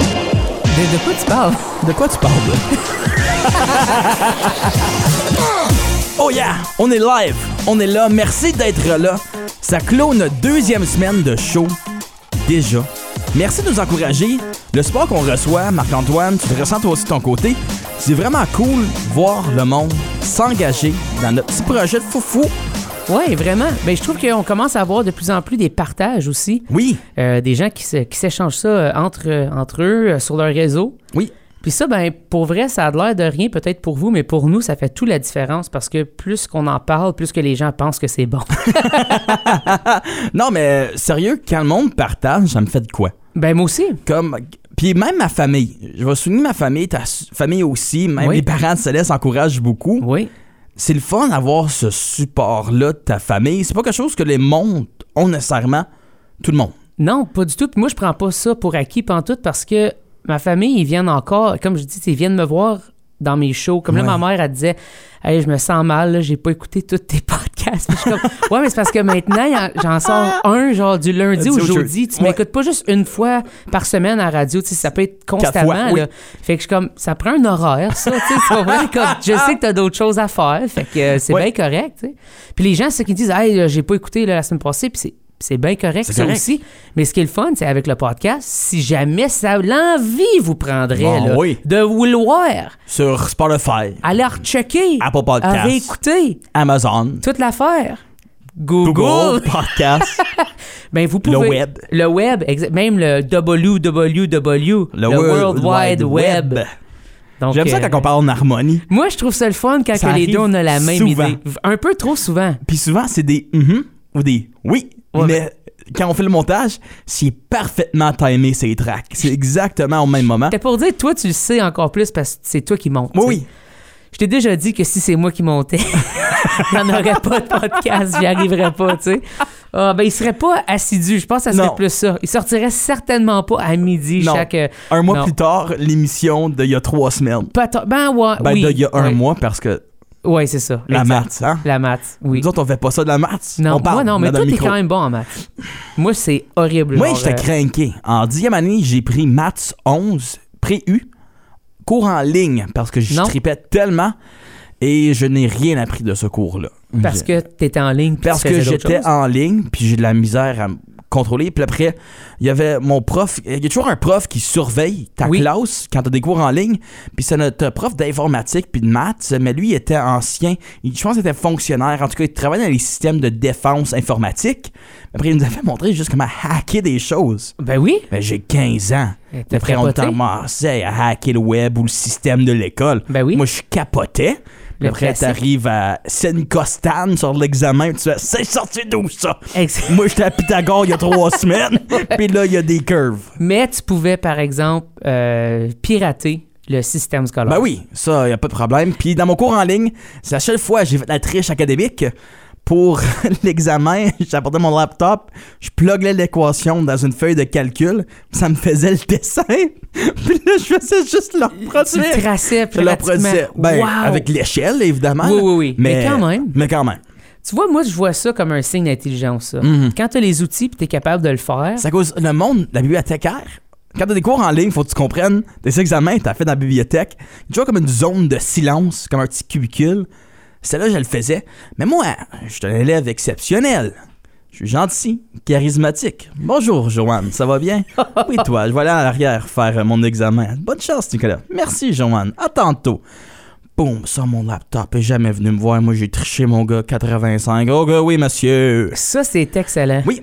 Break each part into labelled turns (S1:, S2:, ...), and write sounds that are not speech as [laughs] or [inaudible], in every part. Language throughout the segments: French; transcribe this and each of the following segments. S1: De, de quoi tu [laughs] parles?
S2: De quoi tu parles? [laughs] oh yeah! On est live! On est là! Merci d'être là! Ça clôt notre deuxième semaine de show. Déjà. Merci de nous encourager. Le sport qu'on reçoit, Marc-Antoine, tu te ressens toi aussi de ton côté. C'est vraiment cool voir le monde s'engager dans notre petit projet de foufou.
S1: Oui, vraiment. Mais je trouve qu'on commence à avoir de plus en plus des partages aussi.
S2: Oui,
S1: Euh, des gens qui se- qui s'échangent ça euh, entre, euh, entre eux, euh, sur leur réseau.
S2: oui,
S1: Puis ça, ben, pour vrai, ça a l'air de rien peut-être pour vous, mais pour nous, ça fait toute la différence parce que plus qu'on en parle, plus que les gens pensent que c'est bon. [laughs]
S2: Non, mais euh, sérieux, quand le monde partage, ça me fait de quoi?
S1: ben, moi aussi.
S2: Comme. Puis même ma famille. Je vais souligner ma famille, ta s- famille aussi, même
S1: Oui.
S2: les parents de Céleste encouragent beaucoup.
S1: Oui.
S2: C'est le fun d'avoir ce support-là de ta famille. C'est pas quelque chose que les mondes ont nécessairement. Tout le monde.
S1: Non, pas du tout. Puis moi, je prends pas ça pour acquis pantoute parce que ma famille, ils viennent encore, comme je dis, ils viennent me voir dans mes shows. Comme
S2: Ouais.
S1: là, ma mère, elle disait Hey, je me sens mal, là, j'ai pas écouté tous tes [laughs] podcasts. Puis je suis comme Ouais, mais c'est parce que maintenant, il y en- j'en sors un, genre du lundi au
S2: Ah! Lundi au
S1: jeudi. Tu
S2: jeudi. Ouais.
S1: m'écoutes pas juste une fois par semaine à la radio. Tu sais, ça peut être constamment.
S2: fois, oui.
S1: là. Fait que je suis comme Ça prend un horaire, ça. Tu sais, tu comprends? Comme, je sais que t'as d'autres choses à faire. Fait que euh, c'est
S2: Ouais.
S1: bien correct. tu sais. Puis les gens, ceux qui disent Hey, là, j'ai pas écouté là, la semaine passée, puis c'est- c'est bien correct
S2: C'est
S1: ça
S2: correct.
S1: aussi. Mais ce qui est le fun, c'est avec le podcast, si jamais ça l'envie vous prendrait
S2: Bon,
S1: là,
S2: oui.
S1: de vouloir
S2: Sur Spotify,
S1: aller rechecker,
S2: Apple Podcast.
S1: à réécouter
S2: Amazon,
S1: toute l'affaire. Google.
S2: Google [laughs] Podcast,
S1: Ben, vous pouvez.
S2: Le web.
S1: Le web, exa- même le www.
S2: le World Wide Web.
S1: Donc,
S2: J'aime ça
S1: euh,
S2: quand on parle en harmonie.
S1: Moi, je trouve ça le fun quand
S2: Ça
S1: que les deux, on
S2: arrive
S1: a la même
S2: souvent.
S1: idée. Un peu trop souvent.
S2: Puis souvent, c'est des mhm ou des oui.
S1: Ouais,
S2: mais quand on fait le montage, c'est parfaitement timé ces tracks. C'est exactement au même moment.
S1: C'était pour dire, toi, tu le sais encore plus parce que c'est toi qui montes. tu
S2: Oui,
S1: sais.
S2: oui.
S1: Je t'ai déjà dit que si c'est moi qui montais, [laughs] j'en aurais pas de podcast, j'y arriverais pas, tu sais. Ah, ben, il serait pas assidu, je pense que ça serait
S2: Non.
S1: plus ça. Il sortirait certainement pas à midi
S2: Non.
S1: chaque... euh,
S2: Un mois
S1: Non.
S2: plus tard, l'émission d'il y a trois semaines.
S1: peut-être- Ben, ouais,
S2: Ben,
S1: oui.
S2: d'il y a un
S1: ouais.
S2: mois parce que
S1: Ouais, c'est ça.
S2: la
S1: Exact.
S2: maths, hein?
S1: La maths, oui.
S2: Nous autres, on fait pas ça de la maths.
S1: Non,
S2: on parle
S1: moi, non, mais
S2: dans
S1: toi,
S2: le
S1: t'es
S2: micro.
S1: quand même bon en maths. Moi, c'est horrible.
S2: Moi,
S1: genre,
S2: j'étais
S1: euh,
S2: craqué. En dixième année, j'ai pris maths 11, pré-U, cours en ligne parce que je
S1: Non.
S2: tripais tellement et je n'ai rien appris de ce cours-là.
S1: Parce
S2: Je-
S1: que t'étais en ligne. puis
S2: Parce
S1: tu
S2: que
S1: faisais d'autres
S2: j'étais
S1: choses.
S2: en ligne, puis j'ai de la misère à me contrôler. Puis après, il y avait mon prof. Il y a toujours un prof qui surveille ta
S1: Oui.
S2: classe quand tu as des cours en ligne. Puis c'est notre prof d'informatique puis de maths. Mais lui, il était ancien. Il- je pense qu'il était fonctionnaire. En tout cas, il travaillait dans les systèmes de défense informatique. Après, il nous avait montré juste comment hacker des choses.
S1: Ben oui.
S2: Mais j'ai 15 ans.
S1: Eh, t'as
S2: Après, on
S1: capoté.
S2: t'amorçait à hacker le web ou le système de l'école.
S1: Ben oui.
S2: Moi, je capotais. Puis
S1: Le
S2: après,
S1: classique.
S2: t'arrives à Seine-Costane sur l'examen. Tu fais, c'est sorti d'où ça?
S1: Exact.
S2: Moi, j'étais à Pythagore il y
S1: [laughs]
S2: a trois semaines. Puis là, il y a des curves.
S1: Mais tu pouvais, par exemple, euh, pirater le système scolaire.
S2: Ben oui, ça, il a pas de problème. Puis dans mon cours en ligne, c'est la seule fois que j'ai fait la triche académique. Pour [laughs] l'examen, j'apportais mon laptop, je pluguais l'équation dans une feuille de calcul, puis ça me faisait le dessin. [laughs] Puis là, je faisais juste leur
S1: Tu
S2: produire.
S1: le traçais
S2: Je leur
S1: pratiquement.
S2: produisais. Ben,
S1: Wow!
S2: avec l'échelle, évidemment.
S1: Oui, oui, oui. Mais quand même.
S2: Mais quand même.
S1: Tu vois, moi, je vois ça comme un signe d'intelligence, ça.
S2: Mhm.
S1: Quand tu as les outils et tu es capable de le faire,
S2: C'est à cause le monde, la bibliothécaire. Quand t'as des cours en ligne, faut que tu comprennes. Des examens, t'as fait dans la bibliothèque. Tu vois comme une zone de silence, comme un petit cubicule. Celle-là, je le faisais. Mais moi, je suis un élève exceptionnel. Je suis gentil, charismatique. Bonjour, Joanne, ça va bien? Oui, toi, je vais aller à l'arrière faire euh, mon examen. Bonne chance, Nicolas. Merci, Joanne. À tantôt. Boum, ça, mon laptop est jamais venu me voir. Moi, j'ai triché, mon gars, 85. Oh, gars, oui, monsieur.
S1: ça, c'est excellent.
S2: Oui.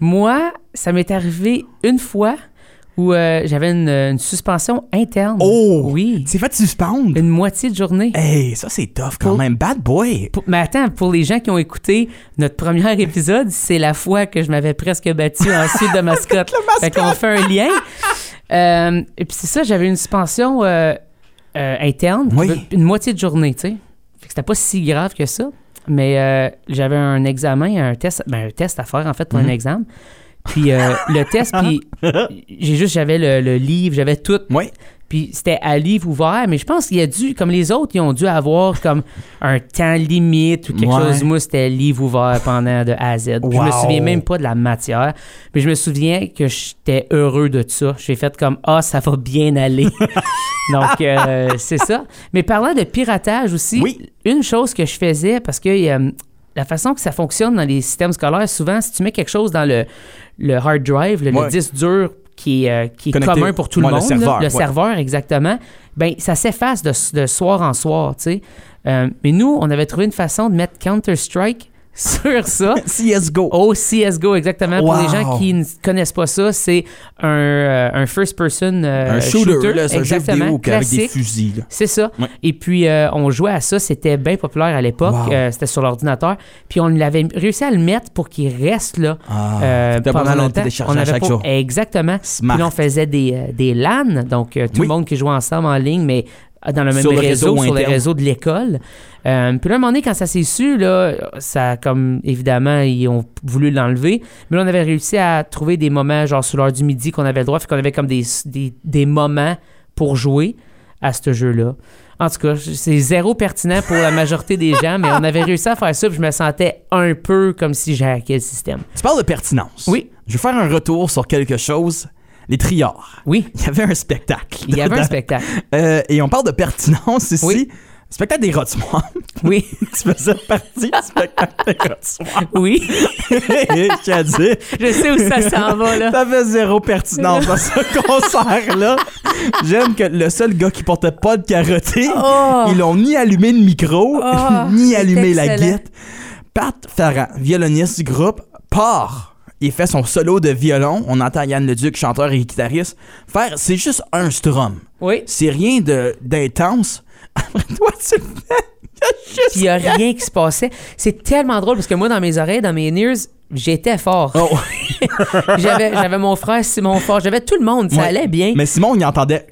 S1: Moi, ça m'est arrivé une fois où euh, j'avais une, une suspension interne.
S2: Oh!
S1: Oui.
S2: C'est fait suspendre.
S1: Une moitié de journée.
S2: Hey, ça c'est tough quand même. Bad boy.
S1: Pour- mais attends, pour les gens qui ont écouté notre premier [laughs] épisode, c'est la fois que je m'avais presque battu en Sud de mascotte. Fait qu'on fait un lien. Euh, et puis c'est ça, j'avais une suspension euh, euh, interne,
S2: Oui.
S1: une moitié de journée, tu sais. Fait que c'était pas si grave que ça. Mais euh, j'avais un examen, un test, ben, un test à faire en fait pour
S2: Mhm.
S1: un examen.
S2: [laughs]
S1: Puis euh, le test, puis j'ai juste, j'avais le, le livre, j'avais tout.
S2: Oui.
S1: Puis c'était à livre ouvert, mais je pense qu'il y a dû, comme les autres, ils ont dû avoir comme un temps limite ou quelque
S2: Ouais.
S1: chose. Moi, c'était livre ouvert pendant de A à Z. Puis Je me
S2: Wow.
S1: souviens même pas de la matière, mais je me souviens que j'étais heureux de ça. J'ai fait comme Ah, ça va bien aller. [laughs] Donc, euh, c'est ça. Mais parlant de piratage aussi,
S2: Oui.
S1: une chose que je faisais, parce que euh, la façon que ça fonctionne dans les systèmes scolaires, souvent, si tu mets quelque chose dans le, le hard drive, le, le
S2: Ouais.
S1: disque dur qui est, euh, qui est
S2: Connecté.
S1: commun pour tout
S2: Ouais,
S1: le
S2: le
S1: monde, là,
S2: serveur, ouais.
S1: serveur, exactement, ben, ça s'efface de, de soir en soir, tu sais. Euh, mais nous, on avait trouvé une façon de mettre Counter-Strike [laughs] sur ça.
S2: CSGO.
S1: Au CSGO, exactement. Pour
S2: Wow.
S1: les gens qui ne connaissent pas ça, c'est un, euh, un first-person euh,
S2: un shooter, là, c'est un jeu
S1: exactement,
S2: vidéo avec des
S1: classique.
S2: fusils. là.
S1: C'est ça.
S2: Ouais.
S1: Et puis, euh, on jouait à ça. C'était bien populaire à l'époque.
S2: Wow.
S1: Euh, c'était sur l'ordinateur. Puis, on l'avait réussi à le mettre pour qu'il reste là
S2: Ah,
S1: euh,
S2: t'as
S1: pendant
S2: pas besoin de
S1: longtemps.
S2: télécharger
S1: On
S2: à
S1: avait
S2: chaque
S1: pas-
S2: jour.
S1: Exactement.
S2: Smart.
S1: Puis là, on faisait des, euh, des LAN, donc euh, tout
S2: Oui.
S1: le monde qui jouait ensemble en ligne, mais euh, dans le même
S2: Sur le
S1: réseau,
S2: réseau
S1: sur le
S2: interne.
S1: réseau de l'école. Euh, puis là, un moment donné, quand ça s'est su, là, ça, comme évidemment, ils ont voulu l'enlever, mais là, on avait réussi à trouver des moments, genre sur l'heure du midi, qu'on avait le droit, fait qu'on avait comme des, des, des moments pour jouer à ce jeu-là. En tout cas, j- c'est zéro pertinent pour la majorité des gens, mais on avait réussi à faire ça, puis je me sentais un peu comme si j'ai hacké le système.
S2: Tu parles de pertinence.
S1: Oui.
S2: Je vais faire un retour sur quelque chose. Les triards.
S1: Oui,
S2: Il y avait un spectacle.
S1: il y avait un
S2: dedans.
S1: spectacle.
S2: Euh, et on parle de pertinence ici.
S1: Oui.
S2: Spectacle des Rotsmoires.
S1: Oui,
S2: [laughs]
S1: [laughs]
S2: tu faisais partie du spectacle des Rotsmoires.
S1: oui.
S2: Je tiens à dire,
S1: Je sais où ça s'en va, là.
S2: t'avais zéro pertinence
S1: [laughs]
S2: dans ce concert-là. J'aime que le seul gars qui portait pas de carotté,
S1: Oh!
S2: ils l'ont ni allumé le micro,
S1: Oh,
S2: [laughs] ni
S1: c'est
S2: allumé la
S1: excellent.
S2: guitare. Pat Farrand, violoniste du groupe, part. Il fait son solo de violon. On entend Yann Leduc, chanteur et guitariste, faire c'est juste un strum.
S1: Oui.
S2: C'est rien de- d'intense. [laughs] Après toi, tu le fais. [laughs]
S1: Puis il n'y a rien qui se passait. C'est tellement drôle parce que moi, dans mes oreilles, dans mes ears, j'étais fort.
S2: Oh.
S1: J'avais j'avais mon frère Simon fort. J'avais tout le monde. Ça
S2: Ouais.
S1: allait bien.
S2: [laughs] Mais Simon, il entendait.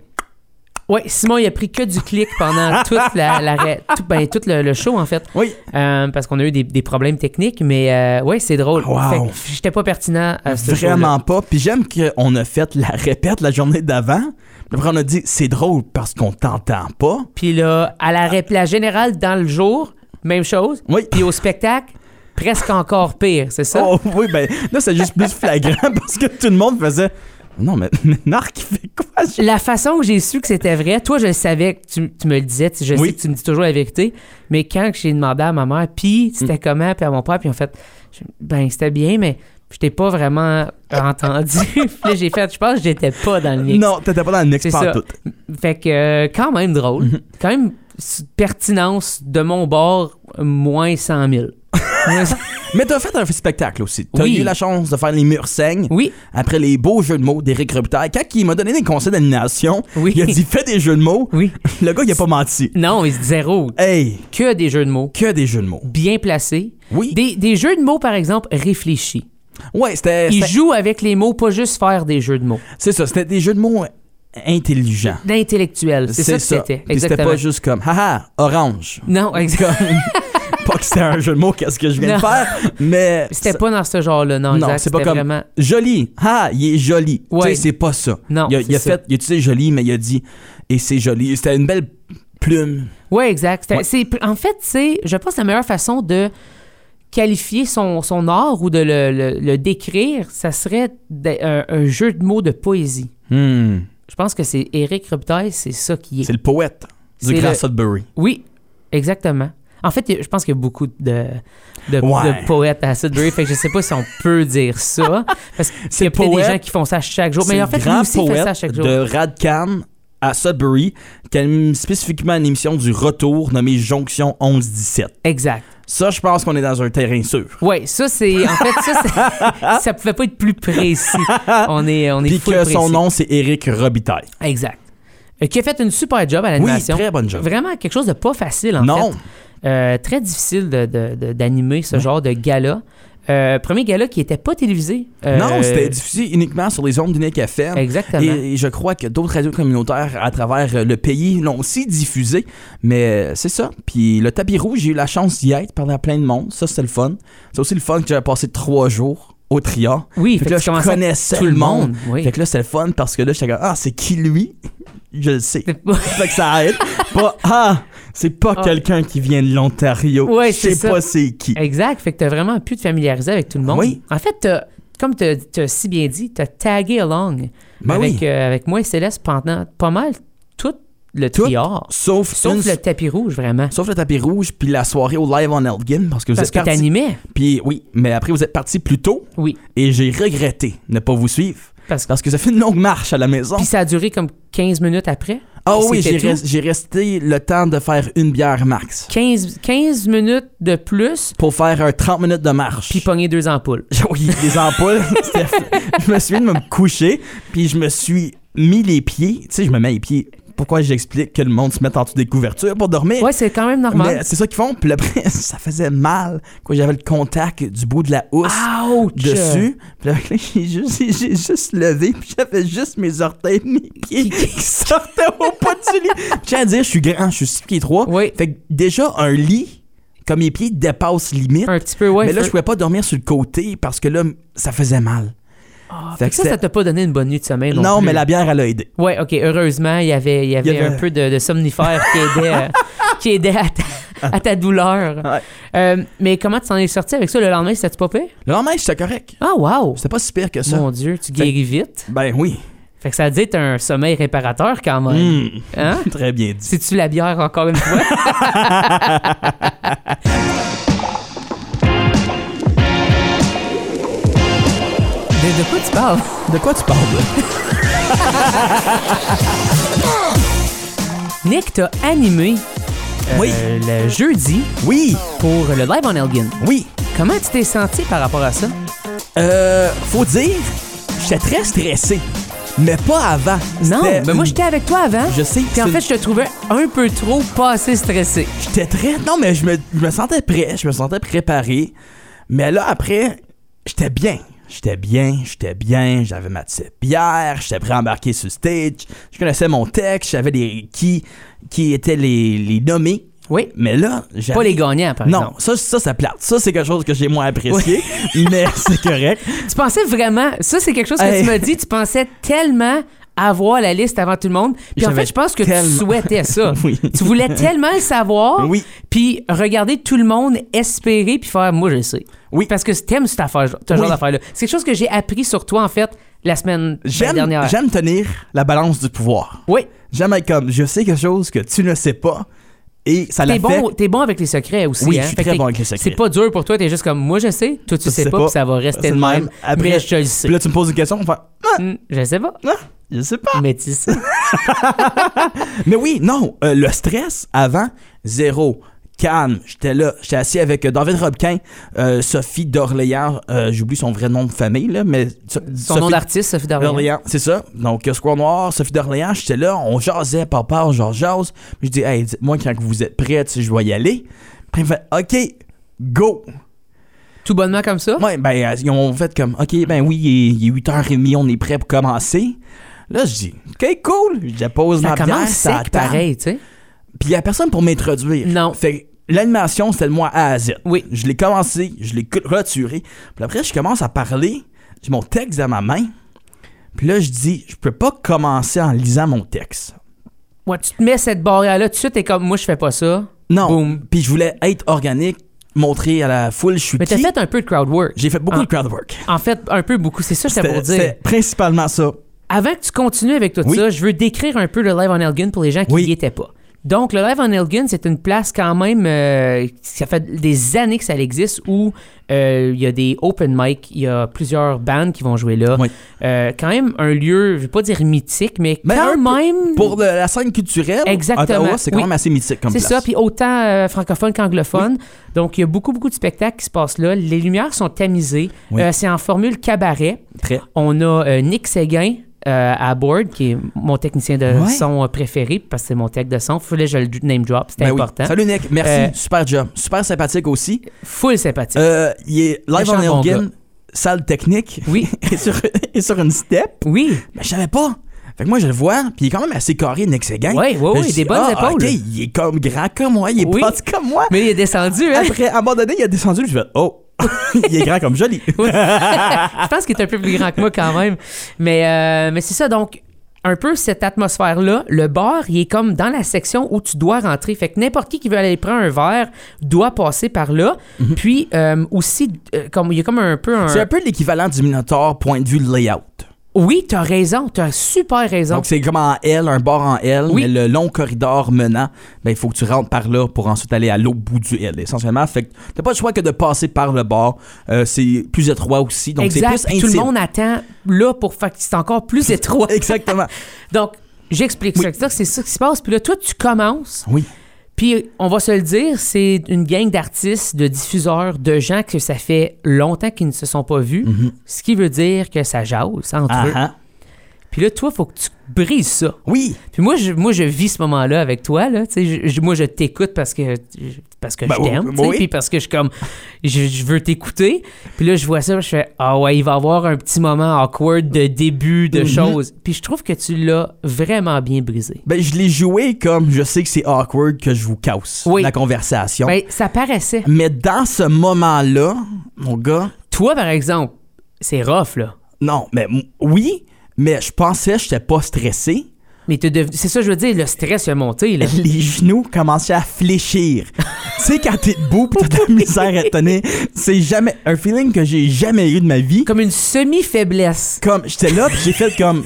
S1: Oui, Simon, il a pris que du clic
S2: [laughs]
S1: pendant toute la, la ré- tout, ben, tout le, le show, en fait.
S2: Oui.
S1: Euh, parce qu'on a eu des, des problèmes techniques. Mais euh, ouais, c'est drôle.
S2: Ah, Wow.
S1: Fait que J'étais pas pertinent à ce
S2: Vraiment pas. Puis j'aime qu'on a fait la répète la journée d'avant. Puis après, on a dit c'est drôle parce qu'on t'entend pas.
S1: Puis là, à la, ré- la générale, dans le jour, même chose.
S2: Oui.
S1: Puis au spectacle, presque encore pire, c'est ça?
S2: Oh, oui, ben là, c'est juste plus flagrant [laughs] parce que tout le monde faisait. Non, mais [laughs] mais Narc, il fait quoi? Je-
S1: La façon que j'ai su que c'était vrai, toi, je le savais, que tu, tu me le disais, tu- je
S2: Oui.
S1: sais que tu me dis toujours la vérité, mais quand que j'ai demandé à ma mère,
S2: Hmm.
S1: puis c'était comment, puis à mon père, puis en fait, je- ben c'était bien, mais je t'ai pas vraiment
S2: [laughs]
S1: entendu. Puis là, j'ai fait, je pense que j'étais pas dans le mix.
S2: Euh. Non, t'étais pas dans le mix
S1: C'est
S2: par
S1: ça.
S2: tout. Mhm.
S1: Fait que, euh, quand même drôle, quand même s- pertinence de mon bord, moins 100
S2: [laughs]
S1: 000. Moins-
S2: Mais t'as fait un spectacle aussi. T'as
S1: Oui.
S2: eu la chance de faire les murs saignes
S1: oui,
S2: après les beaux jeux de mots d'Éric Rebutaille. Quand il m'a donné des conseils d'animation,
S1: Oui.
S2: il a dit fais des jeux de mots.
S1: oui.
S2: Le gars, il a pas menti.
S1: Non, mais zéro.
S2: Hey,
S1: oh, Que des jeux de mots
S2: que des jeux de mots.
S1: bien placés.
S2: Oui.
S1: Des, des jeux de mots, par exemple, réfléchis.
S2: Ouais, c'était.
S1: Il
S2: c'était-
S1: joue avec les mots, pas juste faire des jeux de mots.
S2: C'est ça, c'était des jeux de mots euh, intelligents.
S1: D'intellectuel, c'est ça que c'était.
S2: Puis c'était pas
S1: Exactement.
S2: juste comme, haha, orange.
S1: Non, exactement. [laughs]
S2: pas que c'était un jeu de mots, qu'est-ce que je viens de
S1: Non.
S2: faire, mais.
S1: C'était
S2: ça-
S1: pas dans ce genre-là, non,
S2: Non,
S1: exact.
S2: c'est pas
S1: C'était
S2: comme
S1: vraiment...
S2: joli. Ah, il est joli. Tu sais,
S1: Ouais.
S2: c'est pas ça.
S1: Non,
S2: Il a, il a
S1: c'est
S2: fait, il a utilisé joli, mais il a dit et c'est joli. C'était une belle plume.
S1: Ouais, exact. C'était-
S2: Ouais.
S1: c'est- En fait, c'est, je pense, que la meilleure façon de qualifier son, son art ou de le, le- le décrire, ça serait d- un, un jeu de mots de poésie.
S2: Hmm.
S1: Je pense que c'est Éric Ruptail, c'est ça qui est.
S2: C'est le poète du
S1: C'est
S2: Grand
S1: le-
S2: Sudbury.
S1: Oui, exactement. En fait, il y a- je pense qu'il y a beaucoup de, de,
S2: Ouais.
S1: de poètes à Sudbury. fait que je sais pas si on peut dire ça.
S2: [laughs]
S1: Parce qu'il y
S2: C'est
S1: a peut-être des
S2: poète,
S1: gens qui font ça chaque jour.
S2: C'est
S1: Mais en fait,
S2: le
S1: lui
S2: grand
S1: aussi il fait
S2: poète
S1: ça chaque jour.
S2: de Radcam à Sudbury, qui anime spécifiquement une émission du retour nommée Jonction 11-17.
S1: Exact.
S2: Ça, je pense qu'on est dans un terrain sûr.
S1: Oui, ça, c'est. En fait, ça,
S2: [laughs]
S1: c'est- ça pouvait pas être plus précis. On est, on est
S2: Puis
S1: full
S2: que
S1: précis.
S2: son nom, c'est Éric Robitaille.
S1: Exact. Euh, Qui a fait une super job à
S2: Oui,
S1: l'animation.
S2: très bonne job.
S1: Vraiment quelque chose de pas facile, en
S2: non,
S1: fait. Euh, très difficile de- de- de- d'animer ce genre de gala. Euh, premier gala qui était pas télévisé. Euh,
S2: non, c'était diffusé uniquement sur les ondes d'Unique FM.
S1: Exactement.
S2: Et, et je crois que d'autres radios communautaires à travers euh, le pays l'ont aussi diffusé. Mais euh, c'est ça. Puis le tapis rouge, j'ai eu la chance d'y être, parler à plein de monde. Ça, c'était le fun. C'est aussi le fun que j'avais passé trois jours au Triard.
S1: Oui,
S2: Fait que
S1: fait
S2: là,
S1: que tu
S2: je
S1: commençais à-
S2: connaissais
S1: tout
S2: le
S1: le
S2: monde.
S1: monde, oui.
S2: Fait que là, c'était le fun parce que là, j'étais comme, ah, c'est qui lui? [laughs] je le sais.
S1: C'est pas-
S2: fait que ça aide. Pas, ah, c'est pas
S1: Ah.
S2: quelqu'un qui vient de l'Ontario.
S1: Ouais,
S2: je sais
S1: c'est ça.
S2: pas c'est qui.
S1: [laughs] Exact. Fait que t'as vraiment pu te familiariser avec tout le monde.
S2: Oui.
S1: En fait, t'as- comme t'as as si bien dit, t'as tagué along
S2: Ben
S1: avec,
S2: oui.
S1: euh, avec moi et Céleste pendant pas mal tout le
S2: Tout,
S1: trior.
S2: Sauf,
S1: Sauf
S2: une-
S1: le tapis rouge, vraiment.
S2: sauf le tapis rouge, puis la soirée au live on Elgin, parce que vous
S1: Parce
S2: êtes
S1: que
S2: partis-
S1: t'animais.
S2: Puis oui, mais après vous êtes partis plus tôt,
S1: Oui.
S2: et j'ai regretté ne pas vous suivre.
S1: Parce que...
S2: Parce que ça fait une longue marche à la maison.
S1: Puis ça a duré comme 15 minutes après.
S2: Ah oui,
S1: c'était
S2: j'ai
S1: tout.
S2: res- j'ai resté le temps de faire une bière max
S1: 15, 15 minutes de plus,
S2: pour faire un 30 minutes de marche.
S1: puis pogner deux ampoules.
S2: [laughs] Oui,
S1: [laughs]
S2: des ampoules. C'était- je me souviens de me coucher, puis je me suis mis les pieds. Tu sais, je me mets les pieds. Pourquoi j'explique que le monde se met en dessous des couvertures pour dormir?
S1: Ouais, c'est quand même normal.
S2: Mais c'est ça qu'ils font. Puis après, [laughs] ça faisait mal. Quoi, j'avais le contact du bout de la housse
S1: Ouch!
S2: dessus. Puis là, [laughs] j'ai juste, j'ai juste levé, puis j'avais juste mes orteils, mes pieds qui sortaient au pas du lit. Puis J'ai à dire, je suis grand, je suis 6 pieds 3.
S1: Oui.
S2: Fait que déjà, un lit, comme mes pieds dépassent limite.
S1: Un petit peu, ouais.
S2: mais là,
S1: feu.
S2: je pouvais pas dormir sur le côté parce que là, ça faisait mal.
S1: Ah, fait
S2: Fait
S1: que
S2: que
S1: ça,
S2: c'est-
S1: ça t'a pas donné une bonne nuit de sommeil. Non,
S2: Non,
S1: plus.
S2: mais la bière, elle a aidé.
S1: Ouais, ok. Heureusement, il y avait, il y avait,
S2: Il y avait-
S1: un peu de, de somnifère qui aidait,
S2: [laughs]
S1: euh, qui aidait à, ta, à ta douleur.
S2: Ouais.
S1: Euh, mais comment tu t'en es sorti avec ça le lendemain? C'était-tu pas pire?
S2: Le lendemain, j'étais correct.
S1: Ah, wow!
S2: C'était pas si pire que ça.
S1: Mon Dieu, tu guéris vite.
S2: Ben oui. [laughs]
S1: Fait que ça a dit que t'as un sommeil réparateur quand même.
S2: Hmm.
S1: Hein?
S2: Très bien dit.
S1: C'est-tu la bière encore une
S2: [laughs]
S1: fois? de, de quoi tu parles?
S2: De quoi tu parles? là?
S1: Nick, t'as animé euh,
S2: Oui.
S1: le jeudi
S2: [laughs] Oui,
S1: pour le live en Elgin.
S2: oui.
S1: Comment tu t'es senti par rapport à ça?
S2: Euh, faut dire, j'étais très stressé, mais pas avant.
S1: Non,
S2: C'était
S1: mais moi
S2: une-
S1: j'étais avec toi avant.
S2: Je sais.
S1: Puis en
S2: c'est-
S1: fait, je te trouvais un peu trop pas assez stressé.
S2: j'étais très. Non, mais je me, je me sentais prêt, je me sentais préparé. Mais là, après, j'étais bien. J'étais bien, j'étais bien, j'avais ma petite bière, j'étais prêt à embarquer sur le stage, je connaissais mon texte, j'avais les qui, qui étaient les, les nommés.
S1: Oui.
S2: Mais là, j'avais.
S1: Pas les gagnants, par
S2: Non,
S1: exemple.
S2: ça, ça, ça plate. Ça, c'est quelque chose que j'ai moins apprécié, [laughs] mais
S1: [laughs]
S2: c'est correct.
S1: Tu pensais vraiment. Ça, c'est quelque chose que
S2: Hey.
S1: tu m'as dit. Tu pensais tellement avoir la liste avant tout le monde. Puis en
S2: J'avais
S1: fait, je pense que
S2: tellement-
S1: tu souhaitais ça.
S2: [laughs] Oui.
S1: Tu voulais tellement le savoir.
S2: Oui.
S1: Puis regarder tout le monde espérer puis faire moi je le sais.
S2: Oui.
S1: Parce que t'aimes cette affaire, ce
S2: Oui.
S1: genre d'affaire là. C'est quelque chose que j'ai appris sur toi en fait la semaine la
S2: J'aime
S1: dernière.
S2: j'aime tenir la balance du pouvoir.
S1: Oui.
S2: J'aime être comme, je sais quelque chose que tu ne sais pas et ça
S1: T'es
S2: l'affecte.
S1: bon, t'es bon avec les secrets aussi.
S2: Oui,
S1: hein?
S2: je suis
S1: Fait que
S2: très
S1: t'es-
S2: bon avec les secrets.
S1: C'est pas dur pour toi, t'es juste comme moi je sais, toi tu
S2: Ça,
S1: sais
S2: c'est
S1: pas,
S2: pas.
S1: puis ça va rester
S2: C'est
S1: le
S2: le
S1: même.
S2: même. Après-
S1: mais je le sais.
S2: Puis là, tu me poses une question, on fait, ah,
S1: Hmm, je sais pas,
S2: ah, je sais pas.
S1: mais tu sais.
S2: Mais oui, non, euh, le stress avant, zéro. Calme, j'étais là, j'étais assis avec euh, David Robquin, euh, Sophie d'Orléans, euh, j'oublie son vrai nom de famille, là, mais. So-
S1: Son nom
S2: Sophie
S1: d'artiste, Sophie Dorian.
S2: d'Orléans, c'est ça. Donc, euh, Square Noir, Sophie d'Orléans, j'étais là, on jasait, papa, genre jase. Puis Je dis, hey, dites-moi quand vous êtes prêts, tu sais, je vais y aller. Puis il fait, OK, go!
S1: Tout bonnement comme ça.
S2: Ouais, ben, euh, ils ont fait comme, OK, ben oui, il est, 8h30, on est prêt pour commencer. Là, je dis, OK, cool. Je la pose
S1: ça
S2: ma bière,
S1: commence
S2: ça
S1: sec, pareil, tu sais.
S2: Puis il n'y a personne pour m'introduire.
S1: Non.
S2: Fait que l'animation, c'était de moi A à Z.
S1: Oui.
S2: Je l'ai commencé, je l'ai clôturé. Puis après, je commence à parler. J'ai mon texte dans ma main. Puis là, je dis, je peux pas commencer en lisant mon texte.
S1: Ouais, tu te mets cette barrière là, tout de suite, t'es comme moi je fais pas ça.
S2: Non.
S1: Boum.
S2: Puis je voulais être organique, montrer à la foule, je suis
S1: Mais t'as
S2: qui.
S1: fait un peu de crowd work.
S2: J'ai fait beaucoup
S1: Ah.
S2: de crowd work.
S1: En fait, un peu beaucoup, c'est ça que j'étais pour dire.
S2: C'était principalement ça.
S1: Avant que tu continues avec tout
S2: Oui.
S1: ça, je veux décrire un peu le Live on Elgin pour les gens qui
S2: Oui.
S1: n'y étaient pas. Donc, le Live on Elgin, c'est une place quand même, euh, ça fait des années que ça existe, où euh, il y a des open mic, il y a plusieurs bands qui vont jouer là.
S2: Oui.
S1: Euh, quand même un lieu, je vais pas dire mythique, mais,
S2: Mais
S1: quand
S2: un peu
S1: même...
S2: Pour le- la scène culturelle,
S1: Exactement.
S2: Ottawa, c'est quand
S1: Oui.
S2: même assez mythique comme
S1: C'est
S2: place.
S1: ça, puis autant euh, francophone qu'anglophone. Donc, il y a beaucoup, beaucoup de spectacles qui se passent là. Les lumières sont tamisées.
S2: Oui.
S1: Euh, c'est en formule cabaret.
S2: Très.
S1: On a euh, Nick Séguin euh, à board, qui est mon technicien de
S2: Ouais.
S1: son euh, préféré, parce que c'est mon tech de son. Fallait que je le name drop, c'était
S2: Ben oui.
S1: important.
S2: Salut Nick, merci.
S1: Euh,
S2: Super job. Super sympathique aussi.
S1: Full sympathique.
S2: Euh, il est live
S1: Méchant
S2: on
S1: bon
S2: Elgin,
S1: gars.
S2: salle technique, [laughs]
S1: Oui,
S2: et sur, et sur une step. [laughs]
S1: oui.
S2: Mais je savais pas. Fait que moi, je le vois, puis il est quand même assez carré, Nick Seguin.
S1: Ouais, ouais, ouais,
S2: Fait que je
S1: des
S2: dis,
S1: bonnes
S2: ah,
S1: épaules.
S2: ok, il est comme grand comme moi, il est
S1: Oui.
S2: petit comme moi.
S1: Mais il est descendu, hein?
S2: [laughs] Après, à un moment donné, il a descendu, je fais, oh, [laughs] il est grand comme joli.
S1: Oui. je pense qu'il est un peu plus grand que moi quand même. Mais, euh, mais c'est ça, donc, un peu cette atmosphère-là. Le bar, il est comme dans la section où tu dois rentrer. Fait que n'importe qui qui veut aller prendre un verre doit passer par là. Puis euh, aussi, euh, comme il y a comme un peu [laughs] un...
S2: Mhm. C'est un peu l'équivalent du Minotaur point de vue layout.
S1: Oui, t'as raison. T'as super raison.
S2: Donc, c'est comme en L, un bar en L,
S1: Oui.
S2: mais le long corridor menant, ben, il faut que tu rentres par là pour ensuite aller à l'autre bout du L, essentiellement. Fait que t'as pas le choix que de passer par le bar. Euh, c'est plus étroit aussi, donc c'est
S1: exact.
S2: plus
S1: Puis
S2: intime.
S1: tout
S2: [laughs]
S1: le monde attend là pour faire que c'est encore plus étroit. [laughs]
S2: Exactement.
S1: Donc, j'explique
S2: Oui.
S1: ça. C'est ça qui se passe. Puis là, toi, tu commences.
S2: Oui.
S1: Puis, on va se le dire, c'est une gang d'artistes, de diffuseurs, de gens que ça fait longtemps qu'ils ne se sont pas vus. Ce qui veut dire que ça jase entre
S2: Mhm. Ah,
S1: eux.
S2: ah.
S1: Puis là, toi, faut que tu brises ça.
S2: Oui.
S1: Puis moi, je, moi, je vis ce moment-là avec toi. Là, Tu sais, je- je- moi, je t'écoute parce que, parce que
S2: Ben
S1: je
S2: oui,
S1: t'aime. tu sais,
S2: oui.
S1: Puis parce que je, suis comme, je, je veux t'écouter. Puis là, je vois ça, je fais Ah ouais, il va y avoir un petit moment awkward de début, de
S2: Mhm.
S1: choses. Puis je trouve que tu l'as vraiment bien brisé.
S2: Ben, je l'ai joué comme je sais que c'est awkward que je vous casse
S1: Oui.
S2: la conversation.
S1: Ben, ça paraissait.
S2: Mais dans ce moment-là, mon gars,
S1: Toi, par exemple, c'est rough, là.
S2: non, mais m- oui, mais je pensais que j'étais pas stressé.
S1: Mais t'es devenu- c'est ça, je veux dire, le stress a monté, là.
S2: Les genoux commençaient à fléchir. tu sais, quand t'es debout pis t'as de la misère à tenir, c'est jamais un feeling que j'ai jamais eu de ma vie.
S1: Comme une semi-faiblesse.
S2: Comme j'étais là pis j'ai fait comme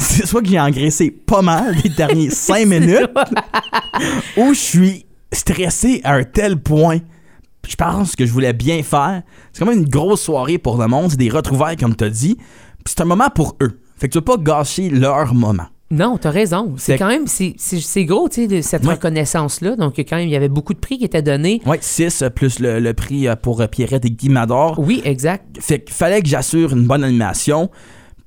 S2: c'est soit que j'ai engraissé pas mal les derniers cinq minutes ou je suis stressé à un tel point. Je pense que je voulais bien faire. C'est quand même une grosse soirée pour le monde, c'est des retrouvailles comme t'as dit. Puis c'est un moment pour eux. Fait que tu veux pas gâcher leur moment.
S1: Non, t'as raison. C'est
S2: Fait-
S1: quand même, c'est- c'est c'est gros, tu sais, de cette
S2: Ouais.
S1: reconnaissance-là. Donc, quand même, il y avait beaucoup de prix qui étaient donnés.
S2: Ouais, 6 plus le, le prix euh, pour euh, Pierrette et Guy Mador.
S1: Oui, exact.
S2: Fait qu'il fallait que j'assure une bonne animation.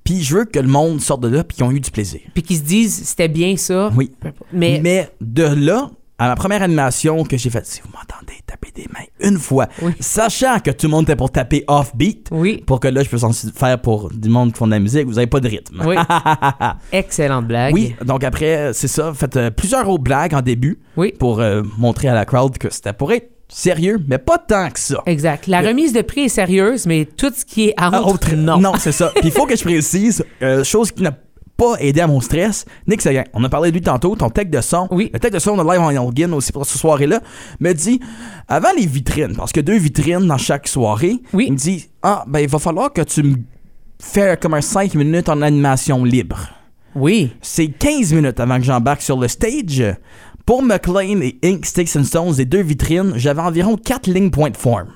S2: Puis je veux que le monde sorte de là puis qu'ils ont eu du plaisir.
S1: Puis qu'ils se disent, c'était bien ça.
S2: Oui.
S1: Mais,
S2: Mais, de là à la première animation que j'ai faite, si vous m'entendez taper des mains une fois,
S1: Oui.
S2: sachant que tout le monde était pour taper off-beat,
S1: oui,
S2: pour que là je puisse en faire pour du monde qui font de la musique, vous avez pas de rythme. [laughs]
S1: oui. Excellente blague.
S2: Oui, donc après, c'est ça, faites euh, plusieurs autres blagues en début
S1: Oui.
S2: pour euh, montrer à la crowd que c'était pour être sérieux, mais pas tant que ça.
S1: Exact. La
S2: Le-
S1: remise de prix est sérieuse, mais tout ce qui est à
S2: Ah,
S1: autre,
S2: autre-
S1: non.
S2: c'est ça. Puis il faut que je précise, euh, chose qui n'a pas aidé à mon stress, Nick Seguin, on a parlé de lui tantôt, ton tech de son.
S1: Oui.
S2: Le tech de son de Live on Organ aussi pour cette soirée-là, me dit, avant les vitrines, parce que deux vitrines dans chaque soirée,
S1: Oui.
S2: il me dit, ah, ben il va falloir que tu me fais comme un 5 minutes en animation libre.
S1: Oui.
S2: C'est 15 minutes avant que j'embarque sur le stage. Pour McLean et Ink, Sticks and Stones, les deux vitrines, j'avais environ 4 lignes point de forme.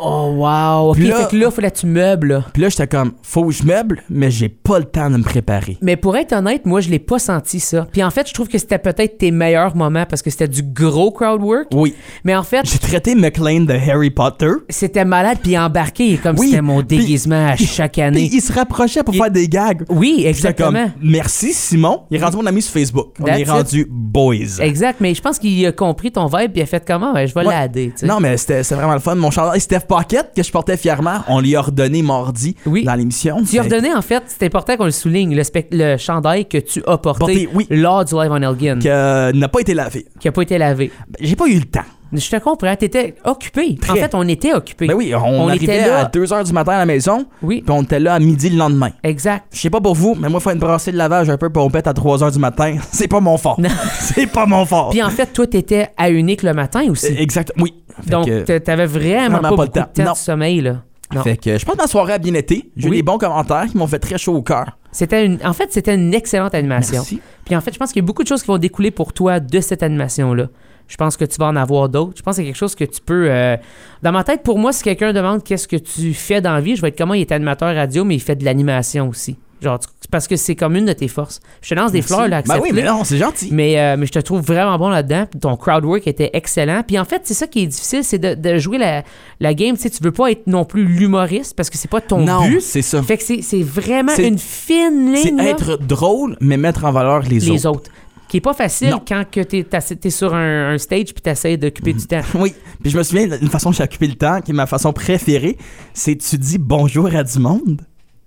S1: Oh, wow. OK,
S2: Puis là-
S1: fait que là, fallait que tu meubles. là.
S2: Puis là, j'étais comme, faut que je meuble, mais j'ai pas le temps de me préparer.
S1: Mais pour être honnête, moi, je l'ai pas senti ça. Puis en fait, je trouve que c'était peut-être tes meilleurs moments parce que c'était du gros crowd work.
S2: Oui.
S1: Mais en fait,
S2: J'ai traité McLean de Harry Potter.
S1: c'était malade puis embarqué comme
S2: Oui,
S1: c'était mon
S2: puis-
S1: déguisement à chaque
S2: Puis
S1: année.
S2: il se rapprochait pour
S1: Il-
S2: faire des gags.
S1: Oui,
S2: J'étais comme,
S1: exactement.
S2: merci Simon. Il est rendu mon ami sur Facebook. On
S1: That's
S2: est
S1: it.
S2: rendu boys.
S1: Exact, mais je pense qu'il a compris ton vibe puis il a fait comment ben, je vais
S2: Ouais.
S1: l'aider. tu sais.
S2: Non, mais c'était c'était vraiment le fun. Mon chandail Steph Pocket, que je portais fièrement, on lui a redonné mardi
S1: Oui.
S2: dans l'émission.
S1: Tu as
S2: Fait-
S1: redonné, en fait, c'est important qu'on le souligne, le, spec- le chandail que tu as porté,
S2: Porté, oui.
S1: lors du live en Elgin,
S2: que euh, n'a pas été lavé.
S1: qui n'a pas été lavé.
S2: Ben, J'ai pas eu le temps.
S1: Je te comprends, tu étais occupé. En
S2: Très.
S1: fait, on était occupé.
S2: Ben oui, on,
S1: On était
S2: arrivait
S1: là.
S2: à 2h du matin à la maison,
S1: Oui,
S2: puis on était là à midi le lendemain.
S1: exact.
S2: Je sais pas pour vous, mais moi, faire une brassée de lavage un peu pour on pète à 3h du matin, [laughs] c'est pas mon fort.
S1: Non.
S2: c'est pas mon fort.
S1: Puis en fait, toi, t'étais à Unique le matin aussi.
S2: Euh, Exact, oui. Fait
S1: Donc,
S2: que-
S1: t'a- t'avais vraiment,
S2: vraiment
S1: pas,
S2: pas le
S1: beaucoup
S2: temps.
S1: de temps
S2: Non.
S1: de sommeil, là. Non.
S2: Fait que je pense que ma soirée a bien été. J'ai
S1: Oui.
S2: eu des bons commentaires qui m'ont fait très chaud au cœur.
S1: C'était une... En fait, c'était une excellente animation. Puis en fait, je pense qu'il y a beaucoup de choses qui vont découler pour toi de cette animation-là. Je pense que tu vas en avoir d'autres. Je pense que c'est quelque chose que tu peux. euh, Dans ma tête, pour moi, si quelqu'un demande qu'est-ce que tu fais dans la vie, je vais être comment il est animateur radio, mais il fait de l'animation aussi. Genre, tu- c'est parce que c'est comme une de tes forces. Je te lance des
S2: Merci.
S1: fleurs, là,
S2: Ben
S1: accepte-les.
S2: oui, mais non, c'est gentil.
S1: Mais, euh, mais je te trouve vraiment bon là-dedans. Puis Ton crowd work était excellent. Puis en fait, c'est ça qui est difficile, c'est de, de jouer la, la game. Tu sais, tu veux pas être non plus l'humoriste parce que c'est pas ton
S2: non,
S1: but.
S2: c'est ça.
S1: Fait que c'est c'est vraiment
S2: C'est-
S1: une fine
S2: C'est
S1: ligne. là
S2: être drôle, mais mettre en valeur les,
S1: les
S2: autres.
S1: autres.
S2: [laughs]
S1: Qui est pas facile
S2: Non.
S1: quand que t'es, t'as- t'es sur un, un stage puis t'essayes d'occuper du temps.
S2: Oui. Puis je me souviens d'une façon que j'ai occupé le temps, qui est ma façon préférée, c'est tu dis bonjour à du monde,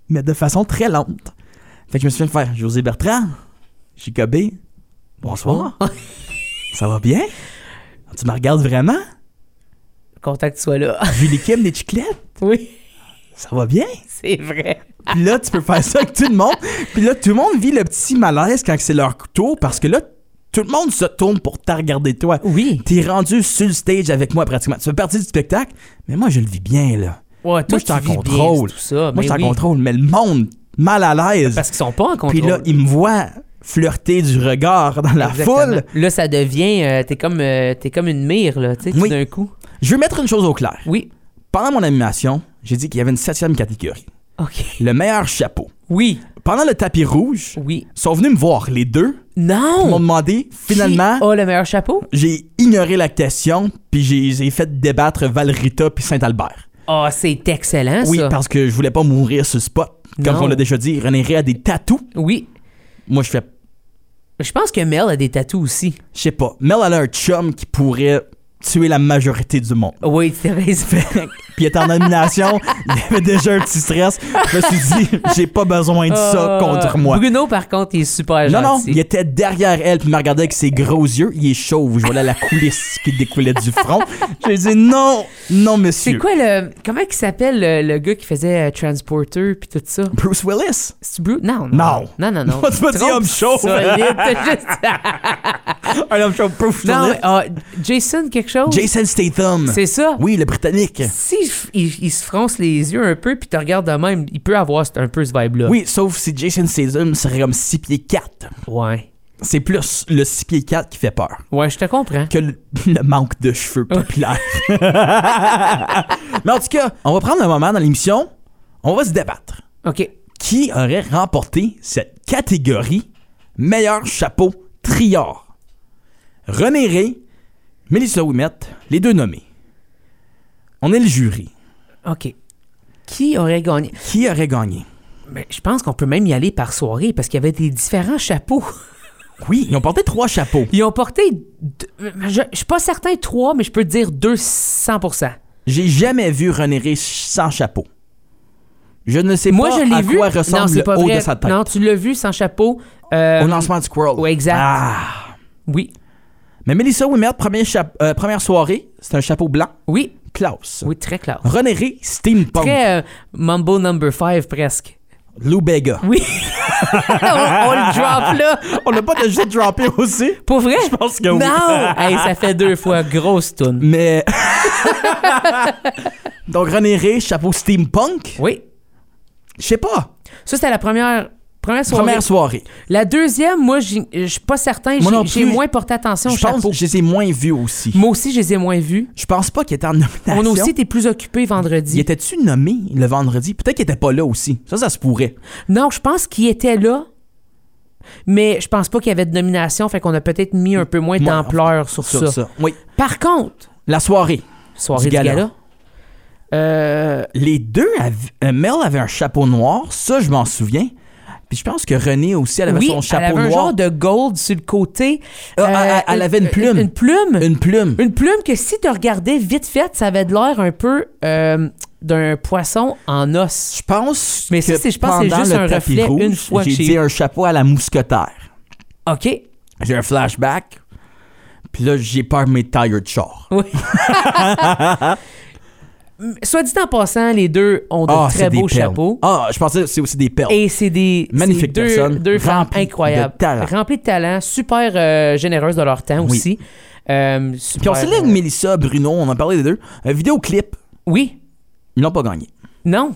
S2: mais de façon très lente. Fait que je me souviens de faire José Bertrand, Jicobé, bonsoir.
S1: Oh.
S2: ça va bien? Tu me regardes vraiment?
S1: Content que tu sois là. [laughs]
S2: Julie Kim des Chiclettes?
S1: oui.
S2: ça va bien.
S1: C'est vrai.
S2: Puis là, tu peux faire ça avec tout le monde. Puis là, tout le monde vit le petit malaise quand c'est leur couteau parce que là, tout le monde se tourne pour te regarder toi.
S1: Oui.
S2: T'es rendu sur le stage avec moi pratiquement. Tu fais partie du spectacle, mais moi, je le vis bien, là.
S1: Ouais, toi,
S2: je suis en
S1: tu vis bien
S2: contrôle.
S1: tout ça.
S2: moi,
S1: mais
S2: je suis
S1: Ah, ben oui.
S2: en contrôle, mais le monde, mal à l'aise.
S1: Parce qu'ils sont pas en contrôle.
S2: Puis là, il me voit flirter du regard dans la
S1: Exactement.
S2: foule.
S1: Là, ça devient. euh, t'es comme, euh, t'es comme une mire, là, tu sais, tout
S2: Oui.
S1: d'un coup.
S2: Je veux mettre une chose au clair.
S1: Oui.
S2: Pendant mon animation, j'ai dit qu'il y avait une septième catégorie.
S1: OK.
S2: Le meilleur chapeau.
S1: Oui.
S2: Pendant le tapis rouge,
S1: Oui.
S2: ils sont venus me voir, les deux. Ils m'ont
S1: Non!
S2: demandé, finalement,
S1: Qui a le meilleur chapeau?
S2: j'ai ignoré la question, puis j'ai j'ai fait débattre Valerita puis Saint-Albert.
S1: Ah, c'est excellent,
S2: Oui,
S1: ça.
S2: parce que je voulais pas mourir sur le spot. Comme
S1: Non.
S2: on l'a déjà dit, René Ray a des tatous.
S1: Oui.
S2: Moi, je fais,
S1: Je pense que Mel a des tatous aussi.
S2: je sais pas. Mel, elle a un chum qui pourrait tuer la majorité du monde.
S1: Ah Oui, c'est vrai. c'est vrai.
S2: Puis
S1: [laughs]
S2: être en nomination, il y avait déjà un petit stress. Je me suis dit, j'ai pas besoin de
S1: Ah,
S2: ça contre moi.
S1: Bruno, par contre, il est super
S2: Non, non,
S1: gentil.
S2: il était derrière elle, puis il me regardait avec ses gros yeux. Il est chauve. Je voyais la coulisse qui découlait du front. J'ai dit, non, non,
S1: C'est
S2: monsieur.
S1: quoi le. Comment il s'appelle le, le gars qui faisait euh, Transporter puis tout ça?
S2: Bruce Willis.
S1: C'est Bruce? Non, non. Non,
S2: Non.
S1: non, [laughs] non.
S2: Moi, tu m'as dit
S1: Trompe
S2: homme chauve.
S1: solide, t'as [laughs] juste-
S2: Un homme chauve, Bruce
S1: non,
S2: Willis.
S1: mais, ah, Jason quelque chose?
S2: Jason Statham.
S1: C'est ça?
S2: Oui, le Britannique.
S1: S'il f- il, il se fronce les yeux un peu puis te regarde de même, il peut avoir c- un peu ce vibe-là.
S2: Oui, sauf si Jason Statham serait comme 6 pieds 4.
S1: Ouais.
S2: C'est plus le 6 pieds 4 qui fait peur
S1: Ouais, je te comprends.
S2: que le, [laughs] le manque de cheveux populaires. [laughs] Mais en tout cas, on va prendre un moment dans l'émission. On va se débattre.
S1: OK.
S2: Qui aurait remporté cette catégorie meilleur chapeau trior? René Ray, Melissa Ouimet, les deux nommés. On est le jury.
S1: OK. Qui aurait gagné?
S2: Qui aurait gagné?
S1: Ben, je pense qu'on peut même y aller par soirée parce qu'il y avait des différents chapeaux. [laughs]
S2: Oui, ils ont porté trois chapeaux.
S1: Ils ont porté. deux- je, je suis pas certain trois, mais je peux te dire 200
S2: J'ai jamais vu René Ré sans chapeau. Je ne sais
S1: Moi,
S2: pas
S1: je l'ai
S2: à
S1: vu.
S2: quoi ressemble
S1: non, c'est
S2: le
S1: pas
S2: haut
S1: vrai.
S2: de sa tête.
S1: Non, tu l'as vu sans chapeau. Euh,
S2: Au lancement du Squirrel.
S1: ouais, exact.
S2: Ah.
S1: Oui.
S2: Mais Melissa Wimert, première, chap- euh, première soirée, c'est un chapeau blanc.
S1: Oui.
S2: Klaus.
S1: Oui, très clair.
S2: René Ré, Steampunk.
S1: Très euh, Mumble Number 5 presque.
S2: Lou Bega.
S1: Oui. [laughs] on, on le drop là.
S2: On l'a pas déjà droppé [laughs] aussi.
S1: Pour vrai?
S2: Je pense que oui.
S1: Non! Hey, ça fait deux fois. Grosse
S2: [laughs]
S1: toune.
S2: Mais. Donc René Ré, chapeau Steampunk.
S1: Oui.
S2: Je sais pas.
S1: Ça, c'était la première, première soirée.
S2: Première soirée.
S1: La deuxième, moi, j'ai- euh, je suis pas certain.
S2: Moi non
S1: J'ai j'ai
S2: plus.
S1: moins porté attention au
S2: Je pense
S1: chapeau.
S2: que je les ai moins vus aussi.
S1: Moi aussi, je les ai moins vus.
S2: Je pense pas qu'il était en nomination.
S1: On a aussi été plus occupés vendredi.
S2: Il était-tu nommé le vendredi? Peut-être qu'il était pas là aussi. Ça, ça se pourrait.
S1: Non, je pense qu'il était là, mais je pense pas qu'il y avait de nomination, fait qu'on a peut-être mis un peu moins
S2: Moi,
S1: d'ampleur sur,
S2: Sur
S1: ça.
S2: ça. Oui.
S1: Par contre,
S2: La soirée.
S1: soirée
S2: Du
S1: du gala,
S2: gala.
S1: euh,
S2: Les deux, av- euh, Mel avait un chapeau noir. Ça, je m'en souviens. Puis je pense que Renée aussi, elle avait
S1: oui,
S2: son chapeau
S1: elle avait
S2: noir.
S1: un genre de gold sur le côté. Euh,
S2: Ah, elle- elle avait une plume.
S1: Une plume. Une...
S2: Une plume.
S1: plume que si tu regardais vite fait, ça avait de l'air un peu euh, d'un poisson en os.
S2: Je pense
S1: Mais
S2: que
S1: ça, c'est- je pense que c'est
S2: pendant
S1: juste
S2: le
S1: un
S2: tapis
S1: reflet
S2: rouge,
S1: une fois
S2: J'ai
S1: chez-
S2: dit un chapeau à la mousquetaire.
S1: OK.
S2: J'ai un flashback. Puis là, j'ai peur de mes tires de char.
S1: Soit dit en passant, les deux ont de
S2: Ah,
S1: très
S2: c'est des
S1: beaux
S2: perles.
S1: chapeaux.
S2: Ah, je pensais que c'est aussi des perles.
S1: Et c'est des
S2: Magnifiques
S1: c'est deux,
S2: personnes,
S1: deux femmes
S2: remplies de
S1: incroyables,
S2: talent.
S1: remplies de talent, super euh, généreuses de leur temps
S2: Oui.
S1: aussi. Euh,
S2: Puis
S1: super-
S2: on s'élève Mélissa, Bruno, on en parlait des deux. Un vidéoclip,
S1: Oui,
S2: ils l'ont pas gagné. [laughs]
S1: non.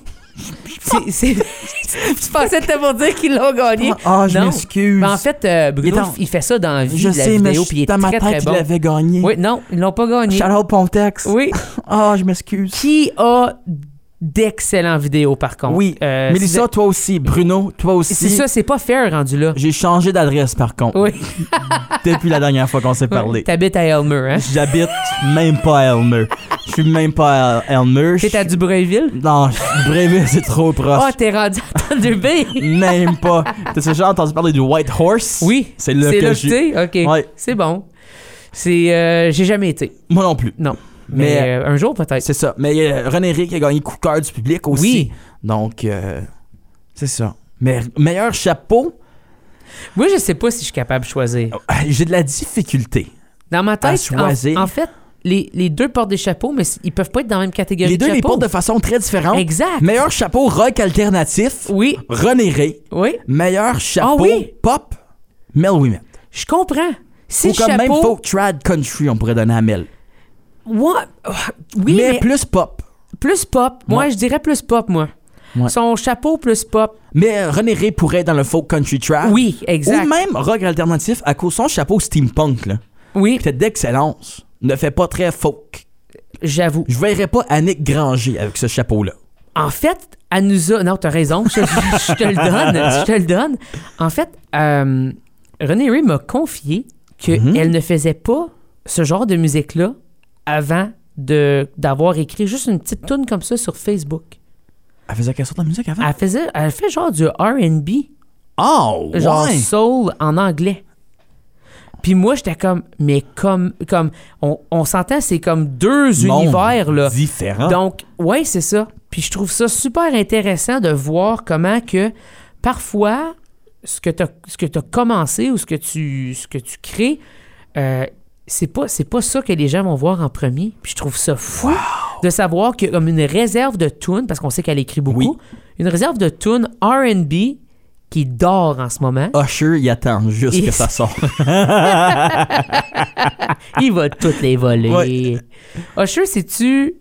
S1: C'est- c'est- [laughs] tu pensais que t'as pour dire qu'ils l'ont gagné.
S2: Ah, je
S1: Non.
S2: m'excuse.
S1: Mais en fait, euh, Bruno,
S2: Il est en-
S1: il fait ça dans la vie,
S2: je
S1: de la
S2: sais, mais
S1: vidéo,
S2: je-
S1: puis il est
S2: dans ma
S1: très,
S2: tête,
S1: très
S2: il
S1: bon.
S2: l'avait gagné.
S1: Oui, non, ils l'ont pas gagné.
S2: Shout out Pontex.
S1: Oui.
S2: Ah, je m'excuse.
S1: Qui a d'excellents vidéos, par contre.
S2: Oui.
S1: Euh,
S2: Mélissa, toi aussi. Bruno, toi
S1: c'est-
S2: aussi.
S1: c'est ça, c'est pas fair rendu là.
S2: J'ai changé d'adresse, par contre,
S1: Oui,
S2: [laughs] depuis la dernière fois qu'on s'est parlé.
S1: t'habites à Elmer, hein?
S2: J'habite même pas à Elmer. Je suis même pas à Elmer.
S1: T'es à
S2: Je-
S1: Dubreuilville?
S2: Non, je- Bréville, c'est trop
S1: Ah,
S2: proche.
S1: t'es rendu à Thunder
S2: [laughs] Même pas. T'as déjà entendu parler du White Horse?
S1: Oui.
S2: C'est là que
S1: tu
S2: j'ai...
S1: sais? OK.
S2: Ouais.
S1: C'est bon. C'est... euh, J'ai jamais été.
S2: Moi non plus.
S1: Non. Mais,
S2: Mais-
S1: euh, un jour, peut-être.
S2: C'est ça. Mais il y a René Rick a gagné coup de cœur du public aussi.
S1: Oui.
S2: Donc, euh, c'est ça. Mais meilleur chapeau, euh,
S1: Moi, je sais pas si je suis capable de choisir.
S2: j'ai de la difficulté.
S1: Dans ma
S2: À
S1: tête, en,
S2: choisir.
S1: en fait, les, les deux portent des chapeaux, mais c- ils peuvent pas être dans la même catégorie
S2: Les deux
S1: de
S2: les
S1: chapeaux.
S2: portent de façon très différente.
S1: Exact.
S2: Meilleur chapeau rock alternatif,
S1: Oui,
S2: René Ray.
S1: oui,
S2: Meilleur chapeau
S1: Ah oui?
S2: pop, Mel Wimette.
S1: je comprends. Si
S2: Ou
S1: le
S2: comme
S1: chapeau...
S2: même folk trad country, on pourrait donner à Mel.
S1: Ouais, Oui,
S2: mais,
S1: mais,
S2: plus pop.
S1: plus pop. Moi,
S2: Ouais.
S1: je dirais plus pop, moi.
S2: Ouais.
S1: Son chapeau plus pop.
S2: Mais euh, René Ray pourrait être dans le folk country trad.
S1: Oui, exact.
S2: Ah. Ou même rock alternatif à cause de son chapeau steampunk, là.
S1: Oui,
S2: Qui était d'excellence. Ne fait pas très folk.
S1: j'avoue.
S2: Je verrais pas Annick Granger avec ce chapeau-là.
S1: En fait, elle nous a... Non, t'as raison, je, je te le donne, je te le donne. En fait, euh, René Ray m'a confié qu'elle
S2: Mhm.
S1: ne faisait pas ce genre de musique-là avant de- d'avoir écrit juste une petite tune comme ça sur Facebook.
S2: Elle faisait quelle sorte de musique avant?
S1: Elle, faisait, elle fait genre du R&B,
S2: Oh!
S1: genre
S2: ouais.
S1: soul en anglais. Puis moi, j'étais comme... Mais comme... comme on on s'entend, c'est comme deux
S2: Monde
S1: univers, là.
S2: Différent.
S1: Donc, ouais, c'est ça. Puis je trouve ça super intéressant de voir comment que parfois ce que tu ce que as commencé ou ce que tu ce que tu crées euh, c'est pas c'est pas ça que les gens vont voir en premier. Puis je trouve ça fou de savoir que comme une réserve de tunes parce qu'on sait qu'elle écrit beaucoup,
S2: Oui.
S1: une réserve de tunes R&B qui dort en ce moment,
S2: Usher, il attend juste
S1: Et-
S2: que
S1: [laughs]
S2: ça sorte.
S1: il va toutes les voler.
S2: Ah. Ouais.
S1: Usher, c'est-tu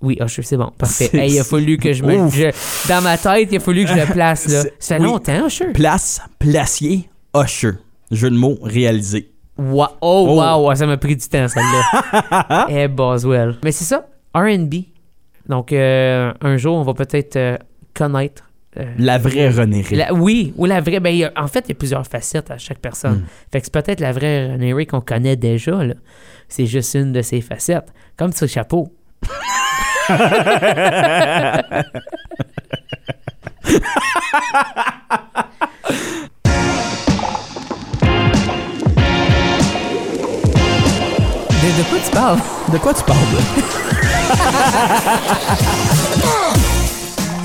S1: oui, Usher, c'est bon. Parfait.
S2: C'est-
S1: Hey, il a fallu que je me.
S2: Ouf.
S1: je- dans ma tête, il a fallu que je le place, là.
S2: C'est-
S1: Ça fait
S2: oui.
S1: longtemps, Usher.
S2: Place, placier, Usher. Jeu de mots réalisé.
S1: Wa- Oh,
S2: Oh.
S1: wow, ça m'a pris du temps, celle-là.
S2: [laughs]
S1: Eh, Boswell. Mais c'est ça, RB. Donc, euh, un jour, on va peut-être euh, connaître. euh,
S2: La vraie René Ray.
S1: la- oui, ou la vraie. Ben, il y a- en fait, il y a plusieurs facettes à chaque personne. Fait que c'est peut-être la vraie René Ray qu'on connaît déjà. là. C'est juste une de ses facettes. Comme sur le chapeau. De, de quoi tu parles?
S2: De quoi tu parles? là?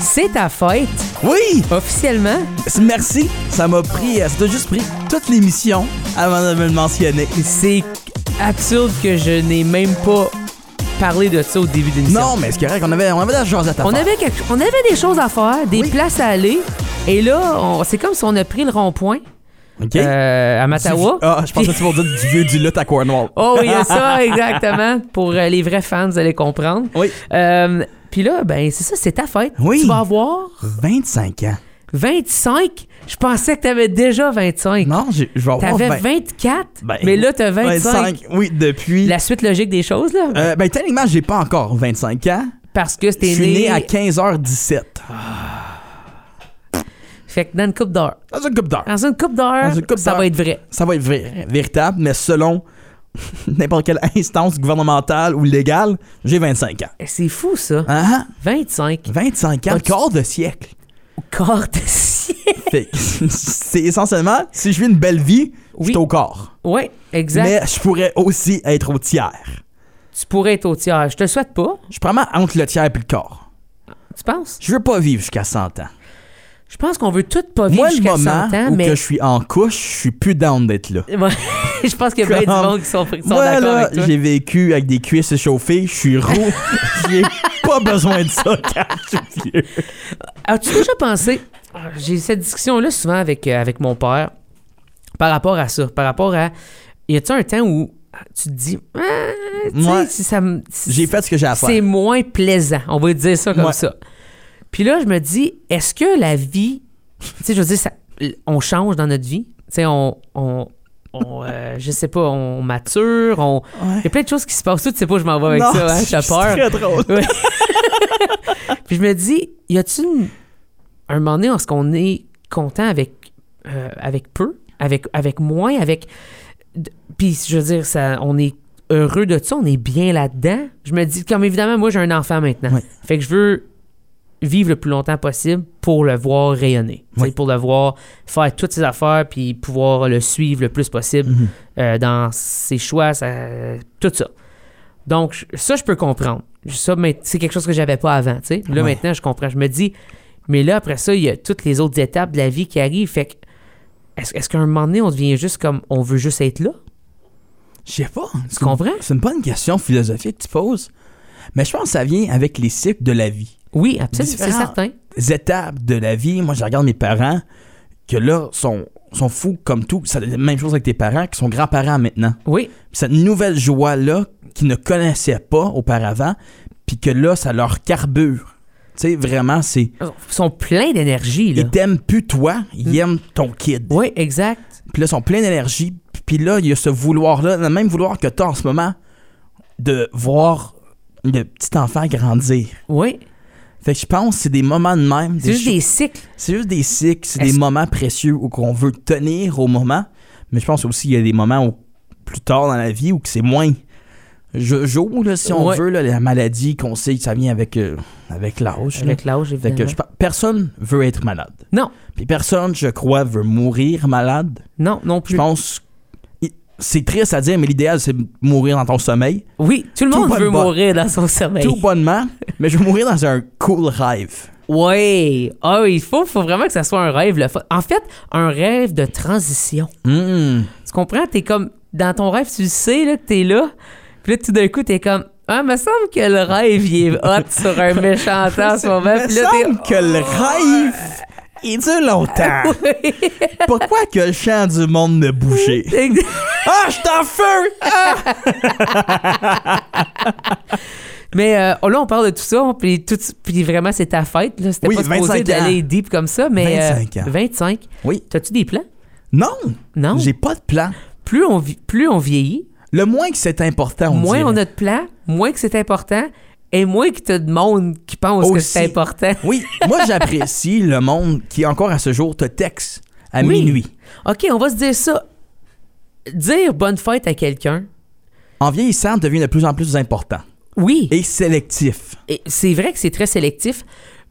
S1: [laughs] C'est ta fête,
S2: Oui!
S1: officiellement.
S2: C'est- Merci. Ça m'a pris, euh, ça t'a juste pris toute l'émission avant de me le mentionner.
S1: C'est absurde que je n'ai même pas parlé de ça au début de l'émission.
S2: Non, mais c'est correct, on avait, on avait de la chose à ta
S1: On avait, quelque- on avait des choses à faire, des
S2: Oui.
S1: places à aller. Et là, on- c'est comme si on a pris le rond-point
S2: OK.
S1: euh, à Mattawa.
S2: Ah, je pense que tu vas dire du vieux du lutte
S1: [laughs]
S2: à Cornwall.
S1: Oh, il y a ça, exactement. Pour euh, les vrais fans, vous allez comprendre.
S2: Oui.
S1: Euh, Puis là, ben, c'est ça, c'est ta fête.
S2: Oui.
S1: Tu vas avoir
S2: 25 ans.
S1: 25. Je pensais que tu avais déjà 25.
S2: Non, j'ai- je vais avoir
S1: T'avais
S2: 20
S1: 24,
S2: Ben,
S1: mais là, t'as 25.
S2: Oui, depuis.
S1: La suite logique des choses, là.
S2: Euh, ben, tellement, j'ai pas encore 25 ans.
S1: parce que
S2: Je
S1: c'était
S2: suis né à 15h17.
S1: Fait que dans une coupe d'heure.
S2: Dans une coupe d'heure.
S1: Dans une coupe d'heure,
S2: Dans une coupe
S1: ça
S2: d'heure.
S1: va être vrai.
S2: Ça va être vrai- véritable, mais selon [laughs] n'importe quelle instance gouvernementale ou légale, j'ai 25 ans.
S1: Eh, C'est fou, ça.
S2: Ah, ah,
S1: 25.
S2: 25 ans,
S1: Ah, tu-
S2: quart de siècle.
S1: Au corps de ciel.
S2: Fait que [laughs] c'est essentiellement, si je vis une belle vie, je
S1: Oui.
S2: suis au corps.
S1: [laughs] Ouais, exact.
S2: Mais je pourrais aussi être au tiers.
S1: Tu pourrais être au tiers. Je te le souhaite pas.
S2: Je suis vraiment entre le tiers et le corps.
S1: Tu penses?
S2: Je veux pas vivre jusqu'à 100 ans.
S1: Je pense qu'on veut toutes pas vivre
S2: Moi, le
S1: jusqu'à 100
S2: moment
S1: ans,
S2: où
S1: mais...
S2: que je suis en couche, je suis plus down d'être là.
S1: [laughs] Ouais, je pense qu'il y a plein de
S2: Comme-
S1: monde qui sont, qui sont
S2: Moi,
S1: d'accord
S2: là,
S1: avec toi.
S2: j'ai vécu avec des cuisses échauffées, je suis
S1: [laughs]
S2: roux, j'ai pas besoin de ça quand je suis vieux.
S1: As-tu déjà pensé... ah, J'ai cette discussion-là souvent avec, euh, avec mon père par rapport à ça, par rapport à... Y a-tu un temps où tu te dis... Ah, tu sais,
S2: Ouais.
S1: si ça me... si-
S2: J'ai fait ce que j'ai à
S1: c'est
S2: faire.
S1: moins plaisant. On va dire ça comme
S2: Ouais.
S1: ça. Puis là, je me dis, est-ce que la vie, tu sais, je veux dire, ça- on change dans notre vie. Tu sais, on, on, on, euh, je sais pas, on mature, on,
S2: Ouais.
S1: il y a plein de choses qui se passent. Toi, Tu sais pas, où je m'en vais avec
S2: Non, [laughs]
S1: ça, hein,
S2: c'est
S1: j'ai peur.
S2: très drôle.
S1: [laughs] Puis je me dis, y a-tu une- un moment donné où est-ce qu'on est content avec, euh, avec peu, avec, avec moins, avec. d- Puis je veux dire, ça, on est heureux de ça, on est bien là-dedans. Je me dis, comme évidemment, moi, j'ai un enfant maintenant.
S2: Oui.
S1: Fait que je veux vivre le plus longtemps possible pour le voir rayonner. Tu sais,
S2: Oui.
S1: Pour le voir faire toutes ses affaires puis pouvoir le suivre le plus possible
S2: Mhm.
S1: euh, dans ses choix, sa- tout ça. Donc, je- ça, je peux comprendre. Ça, mais c'est quelque chose que j'avais pas avant. tu sais. Là,
S2: Ouais.
S1: maintenant, je comprends. Je me dis, mais là, après ça, il y a toutes les autres étapes de la vie qui arrivent. Fait que, est-ce, est-ce qu'à un moment donné, on devient juste comme, on veut juste être là?
S2: Je sais pas. Tu
S1: comprends?
S2: C'est une bonne question philosophique que tu poses. Mais je pense que ça vient avec les cycles de la vie.
S1: Oui, absolument, c'est
S2: Différents-
S1: certain.
S2: Les étapes de la vie. Moi, je regarde mes parents, que là, sont, sont fous comme tout. C'est la même chose avec tes parents, qui sont grands-parents maintenant.
S1: Oui,
S2: Cette nouvelle joie-là, qu'ils ne connaissaient pas auparavant, puis que là, ça leur carbure. Tu sais, vraiment, c'est.
S1: ils sont pleins d'énergie, là.
S2: Ils t'aiment plus toi, ils
S1: Mm.
S2: aiment ton kid.
S1: Oui, exact.
S2: Puis là, ils sont pleins d'énergie. Puis là, il y a ce vouloir-là, le même vouloir que toi en ce moment, de voir le petit enfant grandir.
S1: Oui.
S2: Fait que je pense que c'est des moments de même.
S1: C'est
S2: des
S1: juste
S2: cho-
S1: des cycles.
S2: c'est juste des cycles, c'est
S1: Est-ce-
S2: des moments précieux où qu'on veut tenir au moment. Mais je pense aussi qu'il y a des moments où, plus tard dans la vie où que c'est moins jojo, là, si on
S1: Ouais.
S2: veut, là, la maladie qu'on sait que ça vient avec, euh, avec l'âge. là.
S1: Avec l'âge,
S2: Fait que
S1: évidemment.
S2: je pe- personne veut être malade.
S1: Non.
S2: Puis personne, je crois, veut mourir malade.
S1: Non, non
S2: Je
S1: plus.
S2: pense. C'est triste à dire, mais l'idéal, c'est de mourir dans ton sommeil.
S1: Oui, tout le
S2: Tout
S1: monde
S2: bonne
S1: veut
S2: bonne.
S1: mourir dans son sommeil.
S2: Tout bonnement, mais je veux mourir dans un
S1: [laughs]
S2: cool rêve.
S1: Oui. Ah, il faut, faut vraiment que ça soit un rêve. Le fun. En fait, un rêve de transition.
S2: Hmm.
S1: Tu comprends? T'es comme... Dans ton rêve, tu le sais là, que t'es là. Puis là, tout d'un coup, t'es comme... Ah, me semble que le rêve, il est hot sur un
S2: [laughs]
S1: méchant temps en ce moment.
S2: Il
S1: Puis là, t'es... [laughs] Oh!
S2: semble que le rêve, il dure longtemps. Pourquoi que le chant du monde me bougeait? Ah, je t'en feu! Ah!
S1: Mais euh, oh là, on parle de tout ça, on- puis, tout, puis vraiment, c'est ta fête. Là. C'était
S2: Oui,
S1: pas supposé
S2: 25 ans.
S1: d'aller deep comme ça, mais... euh,
S2: 25 ans.
S1: 25.
S2: Oui.
S1: T'as-tu des plans?
S2: Non,
S1: Non.
S2: j'ai pas de plan.
S1: Plus on, vi- plus on vieillit,
S2: Le moins que c'est important, on
S1: moins
S2: dirait.
S1: on a de plans, moins que c'est important, et moins que t'as de monde qui pense que
S2: Aussi.
S1: c'est important.
S2: Oui, moi j'apprécie le monde qui encore à ce jour te texte à
S1: Oui.
S2: minuit.
S1: OK, on va se dire ça. Dire bonne fête à quelqu'un,
S2: En vieillissant, devient de plus en plus important
S1: oui,
S2: et sélectif.
S1: et c'est vrai que c'est très sélectif.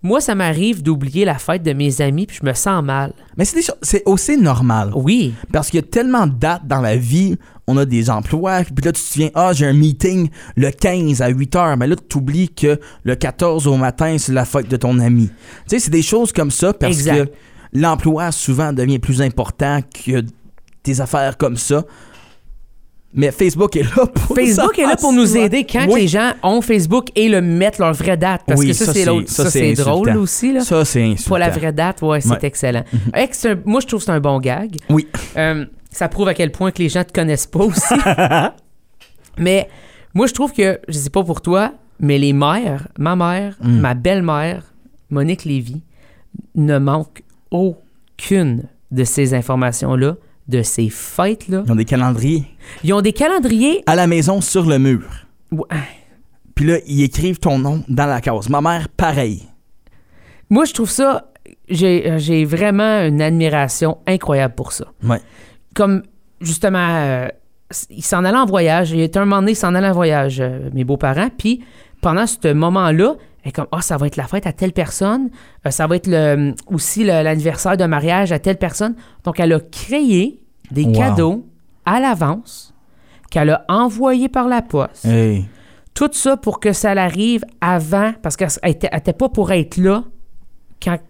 S1: Moi, ça m'arrive d'oublier la fête de mes amis, puis je me sens mal.
S2: Mais c'est des choses- c'est aussi normal.
S1: Oui,
S2: Parce qu'il y a tellement de dates dans la vie, on a des emplois, puis là tu te souviens, ah j'ai un meeting le 15 à 8 heures, mais là tu oublies que le 14 au matin c'est la fête de ton ami. Tu sais, c'est des choses comme ça parce
S1: Exact.
S2: que l'emploi souvent devient plus important que des affaires comme ça. Mais Facebook est là pour
S1: Facebook
S2: ça.
S1: est là pour nous aider quand
S2: Oui.
S1: les gens ont Facebook et le mettent leur vraie date. Parce
S2: Oui,
S1: que ça,
S2: ça,
S1: c'est
S2: c'est-
S1: l'autre.
S2: ça,
S1: Ça,
S2: c'est
S1: c'est drôle
S2: insultant.
S1: aussi. Là.
S2: Ça c'est insultant.
S1: Pas la vraie date, ouais, c'est
S2: Ouais. Mhm.
S1: excellent. Hey, c'est un- moi, je trouve que c'est un bon gag.
S2: Oui.
S1: Euh, ça prouve à quel point que les gens te connaissent pas aussi. mais moi, je trouve que, je sais pas pour toi, mais les mères, ma mère, ma belle-mère, Monique Lévy, ne manque aucune de ces informations-là, de ces fêtes-là.
S2: Ils ont des calendriers
S1: Ils ont des calendriers.
S2: à la maison sur le mur.
S1: Ouais.
S2: Puis là ils écrivent ton nom dans la case. Ma mère pareil.
S1: Moi, je trouve ça. J'ai euh, j'ai vraiment une admiration incroyable pour ça.
S2: Ouais.
S1: Comme, justement, euh, s- il s'en allait en voyage. Il était un moment donné, il s'en allait en voyage, euh, mes beaux-parents. Puis, pendant ce moment-là, elle est comme Ah, ça va être la fête à telle personne. Euh, ça va être le, aussi le- l'anniversaire de mariage à telle personne. Donc, elle a créé des
S2: Wow.
S1: cadeaux à l'avance qu'elle a envoyés par la poste.
S2: Hey.
S1: Tout ça pour que ça l'arrive avant, parce qu'elle n'était pas pour être là quand, tu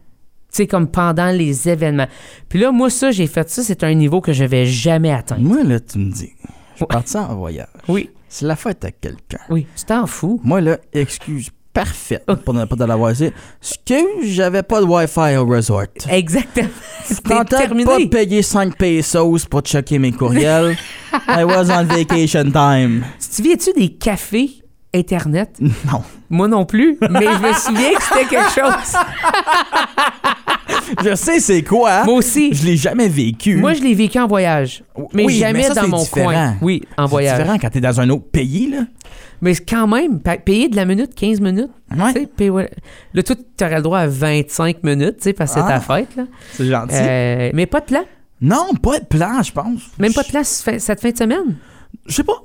S1: sais, comme pendant les événements. Puis là, moi, ça, j'ai fait ça, c'est un niveau que je vais jamais atteindre.
S2: Moi, là, tu me dis, je suis
S1: Ouais.
S2: parti en voyage.
S1: Oui.
S2: C'est la fête à quelqu'un.
S1: Oui, tu t'en fous.
S2: [laughs] Moi, là, excuse parfaite
S1: Oh.
S2: pour ne pas te l'avoir dit. Excuse, j'avais pas de Wi-Fi au resort.
S1: Exactement. C'était
S2: T'entends pas
S1: terminé.
S2: payer 5 pesos pour checker
S1: [laughs]
S2: mes courriels. I was on vacation time.
S1: Tu te souviens-tu des cafés Internet?
S2: Non,
S1: Moi non plus, mais je me souviens que c'était quelque chose.
S2: je sais c'est quoi.
S1: Moi aussi.
S2: Je l'ai jamais vécu.
S1: Moi, je l'ai vécu en voyage, mais
S2: Oui,
S1: jamais
S2: ça,
S1: dans
S2: c'est
S1: mon
S2: différent.
S1: coin. Oui, en
S2: C'est
S1: voyage.
S2: différent quand t'es dans un autre pays, là.
S1: Mais quand même, pa- payer de la minute, 15 minutes.
S2: Ouais.
S1: Tu sais, puis ouais. Là, toi, tu aurais le droit à 25 minutes, tu sais, parce que c'est
S2: Ah.
S1: ta fête. Là.
S2: C'est gentil.
S1: Euh, mais pas de plan.
S2: Non, pas de plan, je pense.
S1: Même pas de plan ce fin- cette fin de semaine.
S2: Je sais pas.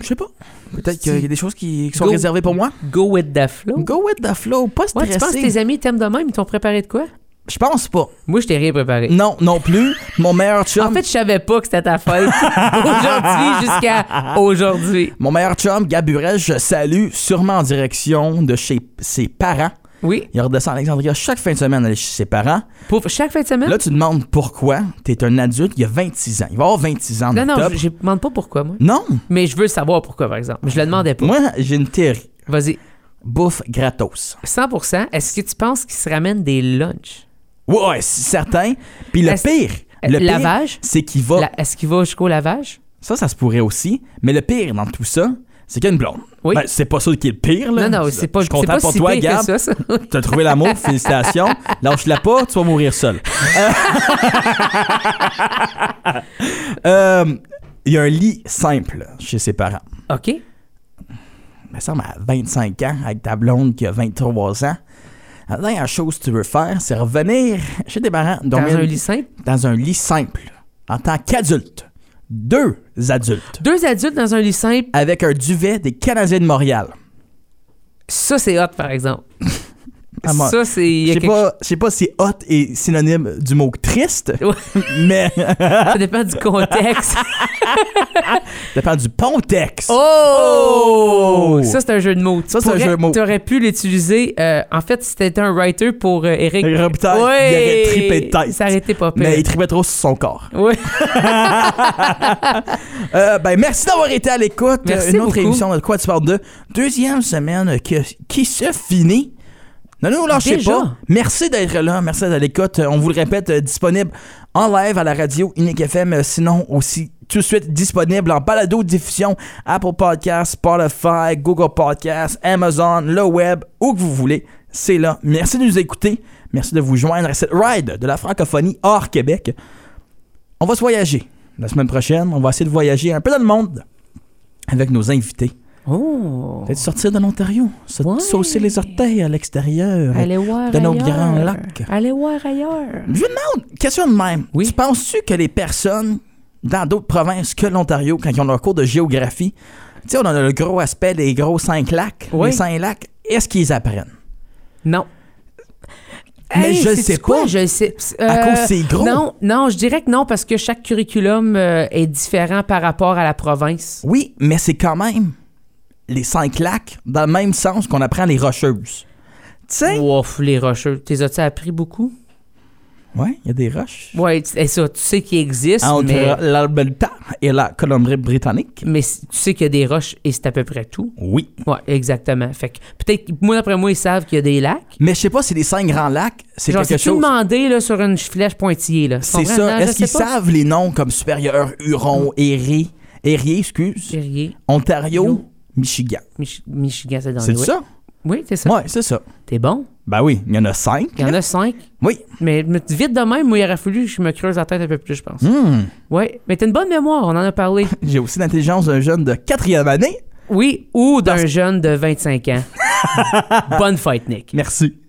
S2: Je sais pas. Peut-être qu'il y a des choses qui qui sont
S1: Go.
S2: réservées pour moi.
S1: Go with the flow.
S2: Go with the flow, pas
S1: Oh. Ouais, tu
S2: stressé.
S1: penses que tes amis t'aiment de même? Ils t'ont préparé de quoi?
S2: Je pense pas.
S1: Moi, je t'ai rien préparé.
S2: Non, non plus. Mon meilleur chum,
S1: En fait, je savais pas que c'était ta [laughs] fête. aujourd'hui jusqu'à aujourd'hui.
S2: mon meilleur chum, Gaburel, je salue sûrement en direction de chez ses parents
S1: Oui.
S2: Il redescend à Alexandria chaque fin de semaine aller chez ses parents.
S1: Pour chaque fin de semaine?
S2: Là, tu demandes pourquoi. T'es un adulte, il a 26 ans. Il va avoir 26 ans. en
S1: non, non,
S2: octobre.
S1: je je demande pas pourquoi, moi.
S2: Non,
S1: Mais je veux savoir pourquoi, par exemple. Je le demandais pas.
S2: moi, j'ai une théorie.
S1: Vas-y.
S2: Bouffe gratos.
S1: 100 est-ce que tu penses qu'ils se ramènent des lunchs?
S2: Ouais, ouais, c'est certain. Puis le
S1: Est-ce- euh,
S2: pire, le pire,
S1: lavage?
S2: c'est qu'il va.
S1: La- Est-ce qu'il va jusqu'au lavage?
S2: Ça, ça se pourrait aussi. Mais le pire dans tout ça, c'est qu'il y a une blonde.
S1: Oui.
S2: Ben, c'est pas ça qui est le pire, là.
S1: non, non, c'est pas,
S2: Je suis
S1: c'est
S2: content
S1: pas
S2: pour
S1: si
S2: toi,
S1: pire
S2: Gab.
S1: que ça, ça.
S2: T'as trouvé
S1: [laughs]
S2: l'amour, félicitations. Lâche-la pas, tu vas mourir seul. [laughs] Euh, Il y a un lit simple chez ses parents.
S1: OK.
S2: Il me semble à 25 ans, avec ta blonde qui a 23 ans. La dernière chose que tu veux faire, c'est revenir chez tes parents,
S1: Dans
S2: dormir
S1: un lit simple.
S2: dans un lit simple, en tant qu'adulte. Deux adultes.
S1: Deux adultes dans un lit simple,
S2: Avec un duvet des Canadiens de Montréal.
S1: ça, c'est hot, par exemple.
S2: Ah, moi,
S1: ça, c'est... il y
S2: Je
S1: a
S2: sais
S1: quelque-
S2: pas, je sais pas si hot est synonyme du mot triste,
S1: [laughs] Ouais.
S2: mais [laughs]
S1: Ça dépend du contexte.
S2: dépend du contexte.
S1: Oh!
S2: [laughs] Oh!
S1: Ça, c'est un jeu de mots. Tu
S2: Ça, c'est un
S1: pourrais-
S2: jeu de mots.
S1: Tu aurais pu l'utiliser. euh, en fait, si t'étais un writer pour euh, Eric.
S2: Eric Robitaille, il aurait trippé de tête.
S1: Ça aurait été pas pire.
S2: Mais il tripait trop sur son corps.
S1: Oui.
S2: Euh, ben, merci d'avoir été à l'écoute.
S1: Merci
S2: Euh, Une autre
S1: beaucoup.
S2: émission de Quoi tu parles de. Deuxième semaine que- qui se finit. Ne nous lâchez
S1: Déjà?
S2: pas. Merci d'être là. Merci d'être à l'écoute. Euh, On vous le répète, euh, disponible en live à la radio Unique FM. euh, Sinon, aussi tout de suite disponible en balado diffusion Apple Podcasts, Spotify, Google Podcasts, Amazon, le web, où que vous voulez. C'est là. Merci de nous écouter. Merci de vous joindre à cette ride de la francophonie hors Québec. On va se voyager la semaine prochaine. On va essayer de voyager un peu dans le monde avec nos invités.
S1: Oh!
S2: Peut-être sortir de l'Ontario, se
S1: Ouais.
S2: saucer les orteils à l'extérieur.
S1: Allez voir
S2: de nos
S1: ailleurs.
S2: grands lacs.
S1: Allez voir ailleurs.
S2: Je vous demande, question de même.
S1: Oui.
S2: Tu penses-tu que les personnes dans d'autres provinces que l'Ontario, quand ils ont leur cours de géographie, tu sais, on a le gros aspect des gros cinq lacs,
S1: Oui.
S2: les cinq lacs, est-ce qu'ils apprennent?
S1: Non.
S2: Mais je le
S1: sais-tu
S2: sais
S1: quoi?
S2: pas.
S1: Je le sais.
S2: À
S1: Euh,
S2: cause c'est gros.
S1: Non, non, je dirais que non, parce que chaque curriculum euh, est différent par rapport à la province.
S2: Oui, mais c'est quand même les cinq lacs dans le même sens qu'on apprend les rocheuses. Tu sais?
S1: Ouf, les rocheux. T'es as-tu appris beaucoup?
S2: Ouais, il y a des roches.
S1: Ouais, tu- et ça, tu sais qu'ils existent,
S2: Entre
S1: mais,
S2: l'Alberta et la Colombie-Britannique.
S1: mais c- tu sais qu'il y a des roches et c'est à peu près tout.
S2: Oui.
S1: Ouais, exactement. Fait que peut-être, moi, d'après moi, ils savent qu'il y a des lacs.
S2: Mais je sais pas si les cinq grands lacs, c'est
S1: Genre,
S2: quelque
S1: tu
S2: chose.
S1: demandé là, sur une flèche pointillée, là?
S2: C'est
S1: Comprends? Non,
S2: ça.
S1: je
S2: Est-ce qu'ils
S1: sais pas.
S2: savent les noms comme supérieur, Huron, Erie, Erie, excuse,
S1: Perrier,
S2: Ontario,
S1: Ontario.
S2: Michigan.
S1: Mich- Michigan, c'est dans
S2: C'est
S1: le
S2: ça?
S1: Ah, Oui, c'est ça.
S2: Ouais, c'est ça.
S1: T'es bon.
S2: Ben oui, il y en a cinq.
S1: Il y en a cinq.
S2: Oui.
S1: Mais mais vite de même, moi, il aurait fallu que je me creuse la tête un peu plus, je pense.
S2: Hmm.
S1: Oui, mais t'as une bonne mémoire, on en a parlé.
S2: J'ai aussi l'intelligence d'un jeune de quatrième année.
S1: Oui, ou d'un jeune de 25 ans. bonne fight, Nick.
S2: Merci.